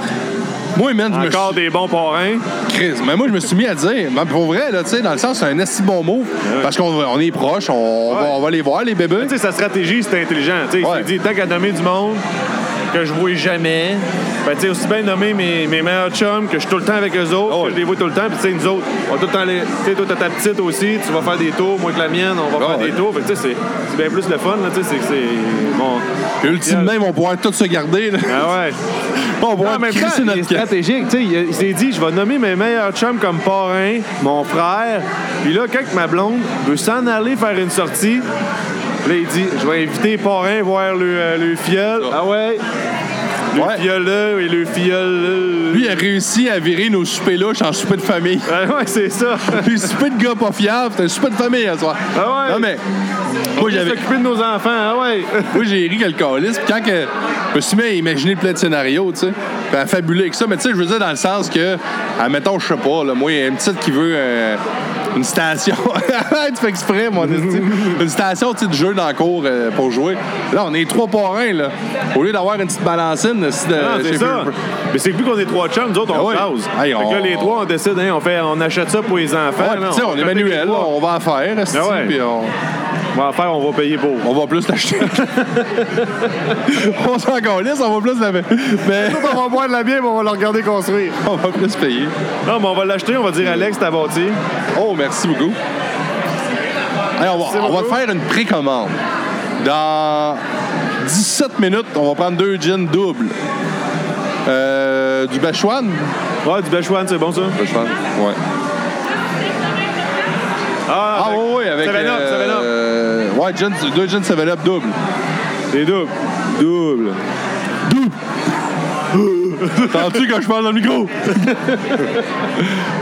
C: Moi, man, Ah, je me
D: encore
C: suis
D: des bons parrains.
C: crise. Mais moi, je me suis mis à dire, ben, pour vrai, là, tu sais, dans le sens, c'est un assez bon mot,
D: Ah
C: parce qu'on on est proche, on, va, on va les voir, les bébés.
D: Tu sais, sa stratégie, c'était intelligent. Tu sais, il
C: Ouais.
D: s'est dit, tant qu'à nommer du monde, que je vois jamais. Ben, tu sais, aussi bien nommé mes, mes meilleurs chums, que je suis tout le temps avec eux autres, que je les vois tout le temps. Puis, tu sais, nous autres, on a tout le temps les. Tu sais, toi, t'as ta petite aussi, tu vas faire des tours, moi que la mienne, on va
C: Ah,
D: faire
C: ouais.
D: des tours. Fait que, tu sais, c'est- c'est bien plus le fun, là, tu sais, c'est que c'est. Bon.
C: Puis ultimement, ils vont pouvoir tous se garder. Là.
D: Ah ouais.
C: On va
D: Non,
C: pouvoir
D: en même temps,
C: crisser
D: il est
C: notre carte.
D: stratégique. Tu sais, il a- il s'est dit, je vais nommer mes meilleurs chums comme parrain, mon frère. Puis là, quand ma blonde veut s'en aller faire une sortie, là, il dit, je vais inviter parrain voir le, euh, le fiole. Ah ouais? Le
C: Ouais.
D: fiole là et le fiole là.
C: Lui, il a réussi à virer nos soupers louches en souper de famille.
D: Ah ouais, c'est ça.
C: Puis souper de gars pas fiable, c'était un souper de famille à soir.
D: Ah ouais.
C: Non, mais. Moi,
D: Il
C: j'avais. Euh,
D: s'occuper de nos enfants, ah ouais.
C: Moi, j'ai ri quelque calice. Puis quand que, je me suis mis à imaginer plein de scénarios, tu sais, puis à fabuler avec ça. Mais tu sais, je veux dire dans le sens que, admettons, je sais pas, là, moi, il y a une petite qui veut euh, une station. tu fais exprès, moi. Une station, tu sais, de jeu dans le cours euh, pour jouer. Là, on est trois parrains, là. Au lieu d'avoir une petite balancine, c'est de.
D: Non, Ah, c'est
C: chez
D: ça.
C: Fleur-
D: Mais c'est que vu qu'on est trois chums, nous autres,
C: Ah
D: on
C: ouais.
D: jase.
C: Hey,
D: Fait que
C: on-
D: là, les trois, on décide, hein, on, fait, on achète ça pour les enfants.
C: Ouais,
D: là,
C: tu sais, on,
D: va
C: est
D: péter les
C: manuel, là,
D: trois.
C: on va en faire, esti,
D: Ah ouais.
C: puis on,
D: On va en faire, on va payer pour.
C: on va plus l'acheter. on s'en calisse, on va plus la... Mais
D: On va boire de la bière, mais on va le regarder construire.
C: on va plus payer.
D: Non, mais on va l'acheter, on va dire Alex, t'as bâti.
C: Oh, merci beaucoup. Hey, on, va, on va
D: beaucoup.
C: faire une précommande. Dans 17 minutes, on va prendre deux gins doubles. Euh, du Bachouane?
D: Ouais, du Bechuan, c'est bon ça?
C: Bachouane, ouais. Ah
D: avec-
C: oui, oui, avec...
D: Seven Up, Seven Up.
C: euh, ouais, gins- deux gins 7-Up double.
D: Les doubles. Double.
C: T'entends-tu quand je parle dans le micro?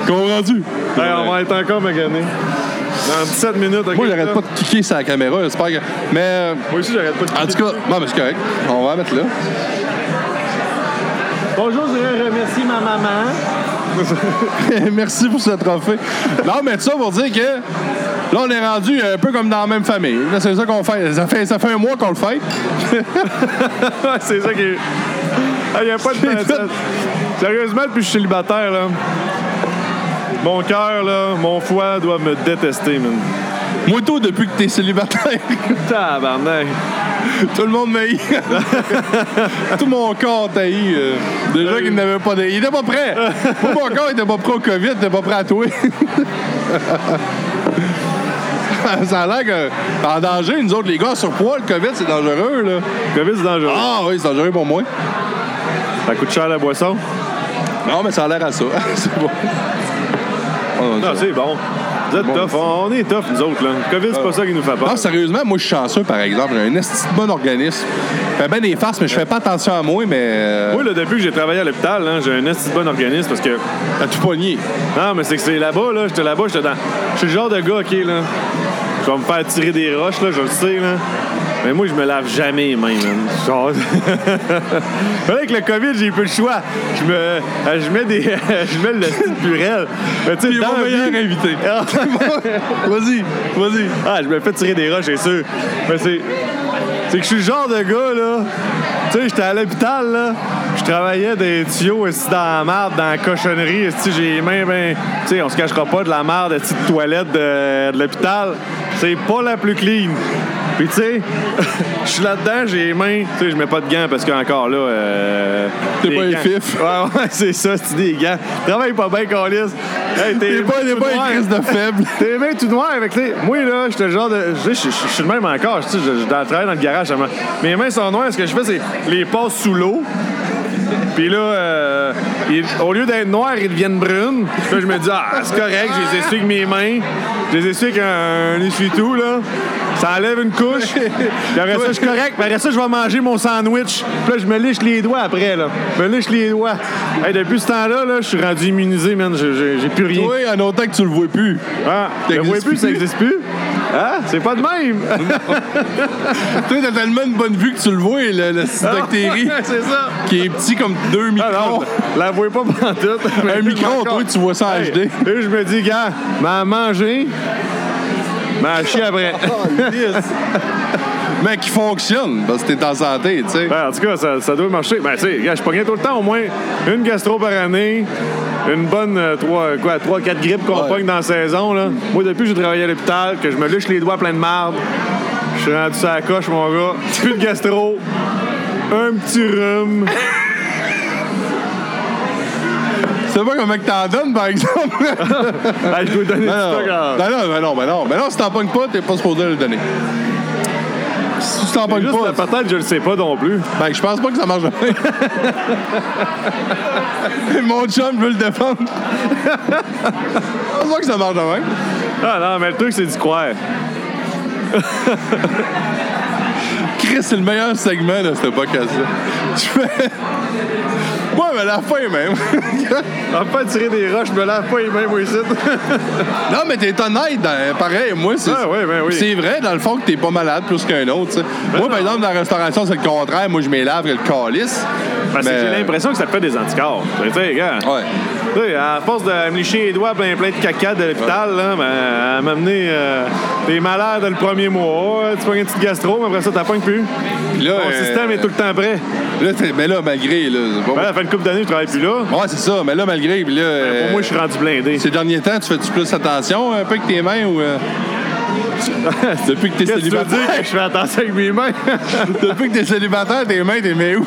C: Comprends-tu?
D: Hey, on va être encore magané. Dans 17 minutes, ok?
C: Moi, j'arrête
D: ça?
C: pas de cliquer sur la caméra, j'espère que... Mais... euh,
D: Moi aussi, j'arrête pas de
C: En tout cas, bon, ben, c'est correct. On va la mettre là.
D: Bonjour, je voudrais remercier ma maman.
C: Merci pour ce trophée. Non, mais tout ça pour dire que là, on est rendu un peu comme dans la même famille. Là, c'est ça qu'on fait. Ça fait, ça fait un mois qu'on le fait.
D: Ouais, c'est ça qui est. Il n'y a pas de patate. Sérieusement, depuis que je suis célibataire, là. Mon cœur, là, mon foie doit me détester, man.
C: Moi, tout, depuis que t'es célibataire,
D: Tabarnak.
C: tout le monde m'a eu. tout mon corps t'a eu. euh, déjà qu'il n'avait pas de... Il était pas prêt. Moi, mon corps, il était pas prêt au COVID, il était pas prêt à toi. ça a l'air que t'es en danger, nous autres, les gars, sur poids, le COVID, c'est dangereux, là.
D: Covid, c'est dangereux.
C: Ah oui, c'est dangereux pour moi.
D: Ça coûte cher la boisson.
C: Non, mais ça a l'air à ça. c'est bon. Oh,
D: Non,
C: ça-
D: c'est bon. Vous êtes
C: Bon,
D: tough.
C: c'est-
D: On on est tough, nous autres. Là. Le COVID, c'est pas ça qui nous fait peur.
C: Non, sérieusement, moi, je suis chanceux, par exemple. J'ai un esti de bon organisme. Je fais bien des farces, mais je fais pas attention à moi, mais... euh,
D: Moi, là, depuis que j'ai travaillé à l'hôpital, hein, j'ai un esti de bon organisme parce que.
C: T'as tout pogné.
D: Non, mais c'est que c'est là-bas, là. J'étais là-bas, j'étais dans. Je suis le genre de gars, OK, là. Je vais me faire tirer des roches, là, je le sais, là. Mais moi, je me lave jamais les mains, man. Genre- Mais Avec le COVID, j'ai peu le choix. Je me. euh, Je mets des. Je mets le style purel. Mais tu sais, dans la vie-
C: invité.
D: Ah.
C: Vas-y, vas-y.
D: Ah, je me fais tirer des roches, c'est sûr. Mais c'est. C'est que je suis le genre de gars, là. Tu sais, j'étais à l'hôpital, là. Je travaillais des tuyaux ici dans la marde, dans la cochonnerie. Ici, j'ai les mains, ben. Tu sais, on se cachera pas de la marde, ici, de toilette de, de l'hôpital. C'est pas la plus clean. Puis, tu sais, je suis là-dedans, j'ai les mains. Tu sais, je mets pas de gants parce qu'encore, là. euh,
C: T'es
D: des
C: pas un
D: gants.
C: fif.
D: Ouais, ouais, c'est ça, c'est des gants. Travaille pas bien, Colis. Hey,
C: T'es pas, t'es pas une
D: Ouais.
C: crise de faible.
D: T'es bien tout noir avec les. Moi, là, j'étais le genre de. Je je- je- je suis le même encore. Tu sais, je, je, dans- je travaille dans le garage. ça me- Mes mains sont noires. Ce que je fais, c'est les passe sous l'eau. Puis là, euh, ils- au lieu d'être noirs, ils deviennent brunes. Puis là, je me dis, ah, c'est correct, je les essuie avec mes mains. Je les essuie avec un, un essuie-tout, là. Ça enlève une couche. Puis après ça, je suis correct. Puis après ça, je vais manger mon sandwich. Puis là, je me liche les doigts après, là. Je me liche les doigts. Hey, depuis ce temps-là, là, je suis rendu immunisé, man. Je- je- J'ai plus rien.
C: Oui, en autant que tu le vois plus.
D: Ah,
C: Ça
D: le
C: existe
D: plus, ça
C: plus.
D: n'existe plus? Hein? C'est pas de même!
C: Toi, t'as tellement une bonne vue que tu le vois, le, le site bactérie,
D: c'est ça!
C: qui est petit comme deux
D: Ah non,
C: microns.
D: la voyez pas pantoute.
C: Un micron, toi, tu vois ça en
D: Hey,
C: HD.
D: Et je me dis, gars, m'a mangé, m'a chié après.
C: Mais qui fonctionne, parce que t'es en santé, tu sais.
D: Ben, en tout cas, ça, ça doit marcher. Ben, tu sais, gars, je pognais tout le temps au moins une gastro par année, une bonne 3-4 quoi, trois, quatre grippes qu'on
C: Ouais.
D: pogne dans la saison. Là. Moi, depuis que j'ai travaillé à l'hôpital, que je me lèche les doigts plein de marde, je suis rendu sur la coche, mon gars. Plus de gastro, un petit rhume.
C: Je sais pas comment que t'en donnes, par exemple.
D: Ah, je dois donner du
C: non,
D: stock à-
C: non, non, ben non, ben non, ben non, si t'en pognes pas, t'es pas supposé le donner. Si tu t'en pognes
D: Juste la
C: pas,
D: patate, je le sais pas non plus.
C: ben je pense pas que ça marche. Mon chum veut le défendre. je pense pas que ça marche demain.
D: Ah non, mais le truc, c'est d'y croire.
C: Chris, c'est le meilleur segment de cette podcast-là. Je fais. Ouais, mais la fin même.
D: En pas tirer des roches, je me lave pas les mains, moi, ici.
C: non, mais t'es honnête, dans- pareil, moi, c'est.
D: Ah, ouais, ben oui. Ben
C: C'est vrai, dans le fond, que t'es pas malade plus qu'un autre. tu sais. moi, par exemple, dans la restauration, c'est le contraire. Moi, je m'élave et le calice.
D: Parce que
C: Mais-
D: j'ai l'impression que ça te fait des anticorps. Tu sais, gars.
C: Ouais.
D: Tu sais, à force de me licher les doigts plein, plein de caca de l'hôpital, là, ben, à m'amener euh, des malades le premier mois, euh, tu prends une petite gastro, mais après ça, t'as pas plus.
C: Puis Là,
D: Mon
C: euh,
D: système est tout le temps prêt.
C: Là, t'es- mais là, malgré. Là, c'est pas-
D: Ben, ça fait une couple d'années, je travaille plus là.
C: Ouais, c'est ça. Mais là, malgré. Puis là,
D: Pour
C: euh,
D: moi, je suis rendu blindé.
C: Ces derniers temps, tu fais-tu plus attention un peu avec tes mains ou. euh, Depuis que t'es
D: Qu'est-ce que tu veux dire
C: célibataire.
D: que je fais attention avec mes mains?
C: Depuis que t'es célibataire, tes mains, t'es mets où?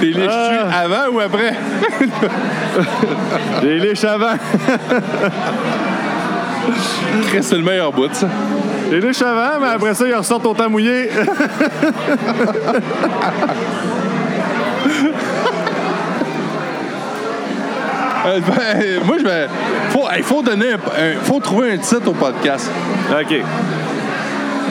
C: t'es léché
D: Ah.
C: avant ou après?
D: J'ai les liches avant.
C: Chris, c'est le meilleur bout, ça.
D: J'ai les liches avant, mais après ça, ils ressortent au temps mouillé.
C: Euh, ben, moi, je vais. Faut, hey, faut donner un, un- Faut trouver un titre au podcast.
D: OK.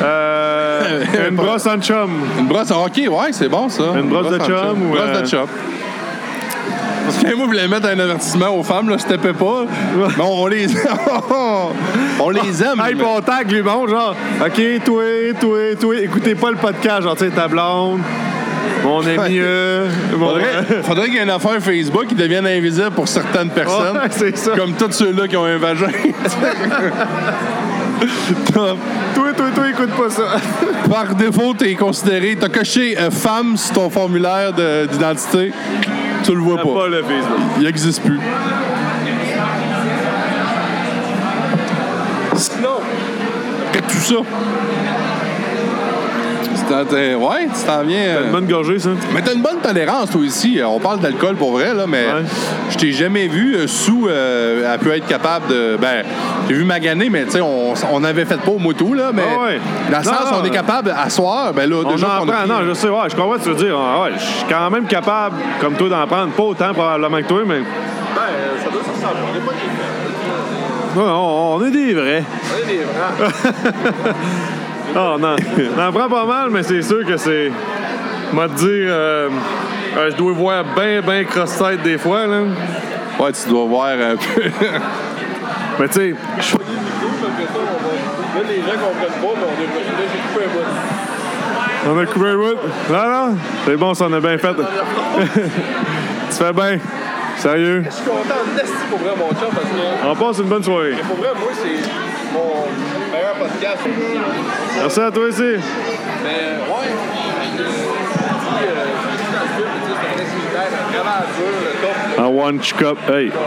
D: Euh, une brosse en chum.
C: Une brosse. Ok, ouais, c'est bon, ça.
D: Une brosse de
C: en
D: chum ou,
C: Une brosse
D: euh,
C: de chum. Parce que moi, je voulais mettre un avertissement aux femmes, là, je tapais pas. Mais on les. on les aime.
D: Hey,
C: mais-
D: puis on tag lui, bon, genre, OK, toi, toi, toi, écoutez pas le podcast, genre, tu sais, ta blonde, mon ami, euh, mon...
C: Faudrait, faudrait qu'il y ait une affaire Facebook qui devienne invisible pour certaines personnes.
D: Ouais, c'est ça.
C: Comme tous ceux-là qui ont un vagin. T'as-
D: Toi, toi, toi, écoute pas ça.
C: Par défaut, t'es considéré. T'as coché euh, femme sur ton formulaire de- d'identité. Tu le vois pas.
D: le Facebook.
C: Il n'existe plus. Sinon. Et tout ça. Tu t'en- t'es- Ouais, tu t'en viens. euh,
D: Une bonne gorgée, ça.
C: mais t'as une bonne tolérance, toi, ici. Euh, On parle d'alcool pour vrai, là, mais
D: Ouais.
C: je t'ai jamais vu euh, sous. euh, à peut être capable de. Ben, j'ai vu maganer, mais tu sais, on, on avait fait pas au moto, là, mais.
D: Ah ouais.
C: Dans le
D: Non,
C: sens,
D: non,
C: on est
D: mais-
C: capable, à soir, ben là,
D: On
C: déjà
D: en
C: qu'on a
D: prend,
C: pris-
D: non, je sais, ouais, je comprends ce que tu veux dire. Ah, Ouais, je suis quand même capable, comme toi, d'en prendre. Pas autant, probablement, que toi, mais... Ben, ça doit On n'est pas des vrais. on, on est des vrais. On est des vrais. on, en, on en prend pas mal, mais c'est sûr que c'est... M'a dire, euh, euh, je dois voir bien, bien cross-tête des fois, là.
C: Ouais, tu dois voir euh, un peu.
D: Mais tu sais, je- on a coupé le bout. Non, non, c'est bon, ça, on a bien fait. tu fais bien. Sérieux.
E: Je suis content de l'esti pour vrai, mon chum, parce que
D: On passe une bonne soirée.
E: pour vrai, moi, c'est mon meilleur podcast.
D: Merci à toi aussi.
E: Mais, ouais, euh, si, euh, si dans le film, tu sais, c'est un célibataire, vraiment dur, le top,
D: En one cup. Hey,
E: pas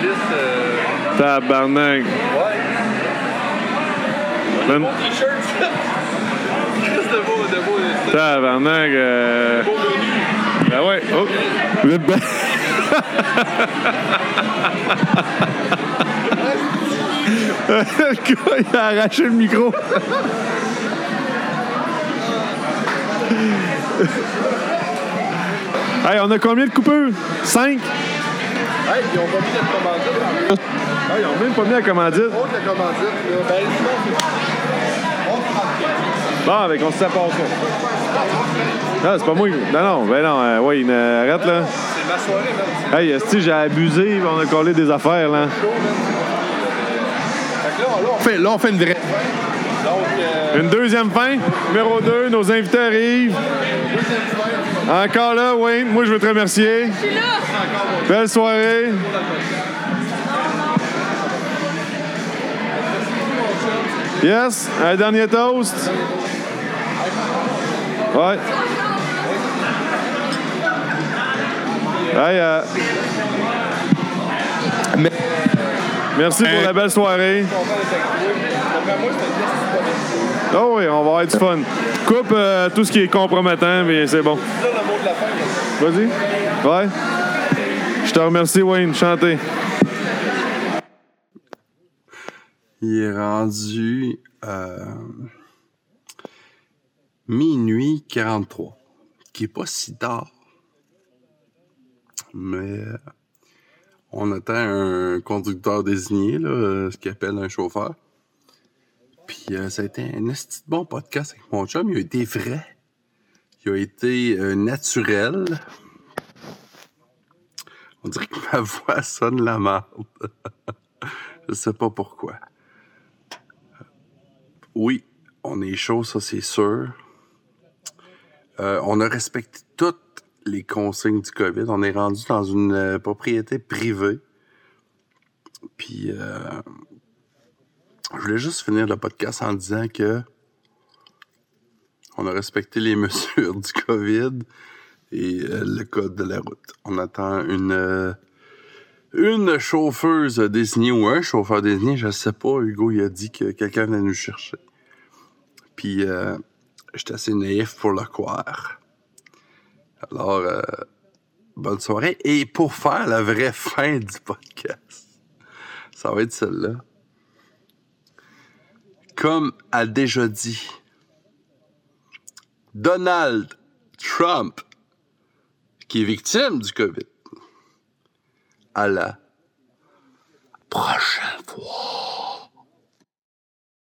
E: liste. euh,
D: tabarnak.
E: Ouais,
D: Man,
E: mon t-shirt, Christ de beau, de beau, de
D: Tabarnak. euh,
E: beau menu.
D: Ben ouais. Oh. Vous êtes ben- le gars, il a arraché le micro. hey, on a combien de coupeurs? Cinq?
E: Hey, ils ont pas mis notre commandite. en plus.
D: Ah, ils ont même pas mis la commandite.
E: Autre la commandite, là, ben, sinon, c'est- on prend
D: Bon, avec on se sépare ça. Non, c'est pas moi. qui- Non, non, ben non, euh, ouais, une- euh, arrête là.
E: C'est ma soirée, même.
D: Hey, si j'ai abusé, on a collé des affaires là.
E: Fait que là, là, on-
C: Fait- Là, on fait une vraie.
E: donc, euh,
D: Une deuxième fin, numéro 2, nos invités arrivent. Encore là, Wayne, moi je veux te remercier. Belle soirée. Yes, un dernier toast. Ouais. Hey, euh,
C: Mais-
D: Merci pour
C: Hey.
D: la belle soirée. Oh oui, on va avoir du fun. Coupe euh, tout ce qui est compromettant, mais c'est bon. Vas-y. Ouais. Je te remercie, Wayne. Chantez.
F: Il est rendu euh, minuit 43, qui est pas si tard. Mais euh, on attend un conducteur désigné, là, euh, ce qu'il appelle un chauffeur. Puis euh, ça a été un esti de bon podcast avec mon chum. Il a été vrai. Il a été euh, naturel. On dirait que ma voix sonne la merde. Je sais pas pourquoi. Oui, on est chaud, ça c'est sûr. Euh, on a respecté toutes les consignes du COVID. On est rendu dans une euh, propriété privée. Puis, euh, je voulais juste finir le podcast en disant que on a respecté les mesures du COVID et euh, le code de la route. On attend une euh, une chauffeuse désignée ou un chauffeur désigné, je sais pas. Hugo, il a dit que quelqu'un venait nous chercher. Puis, euh, j'étais assez naïf pour le croire. Alors, euh, bonne soirée. Et pour faire la vraie fin du podcast, ça va être celle-là. Comme a déjà dit Donald Trump, qui est victime du COVID, à la prochaine fois.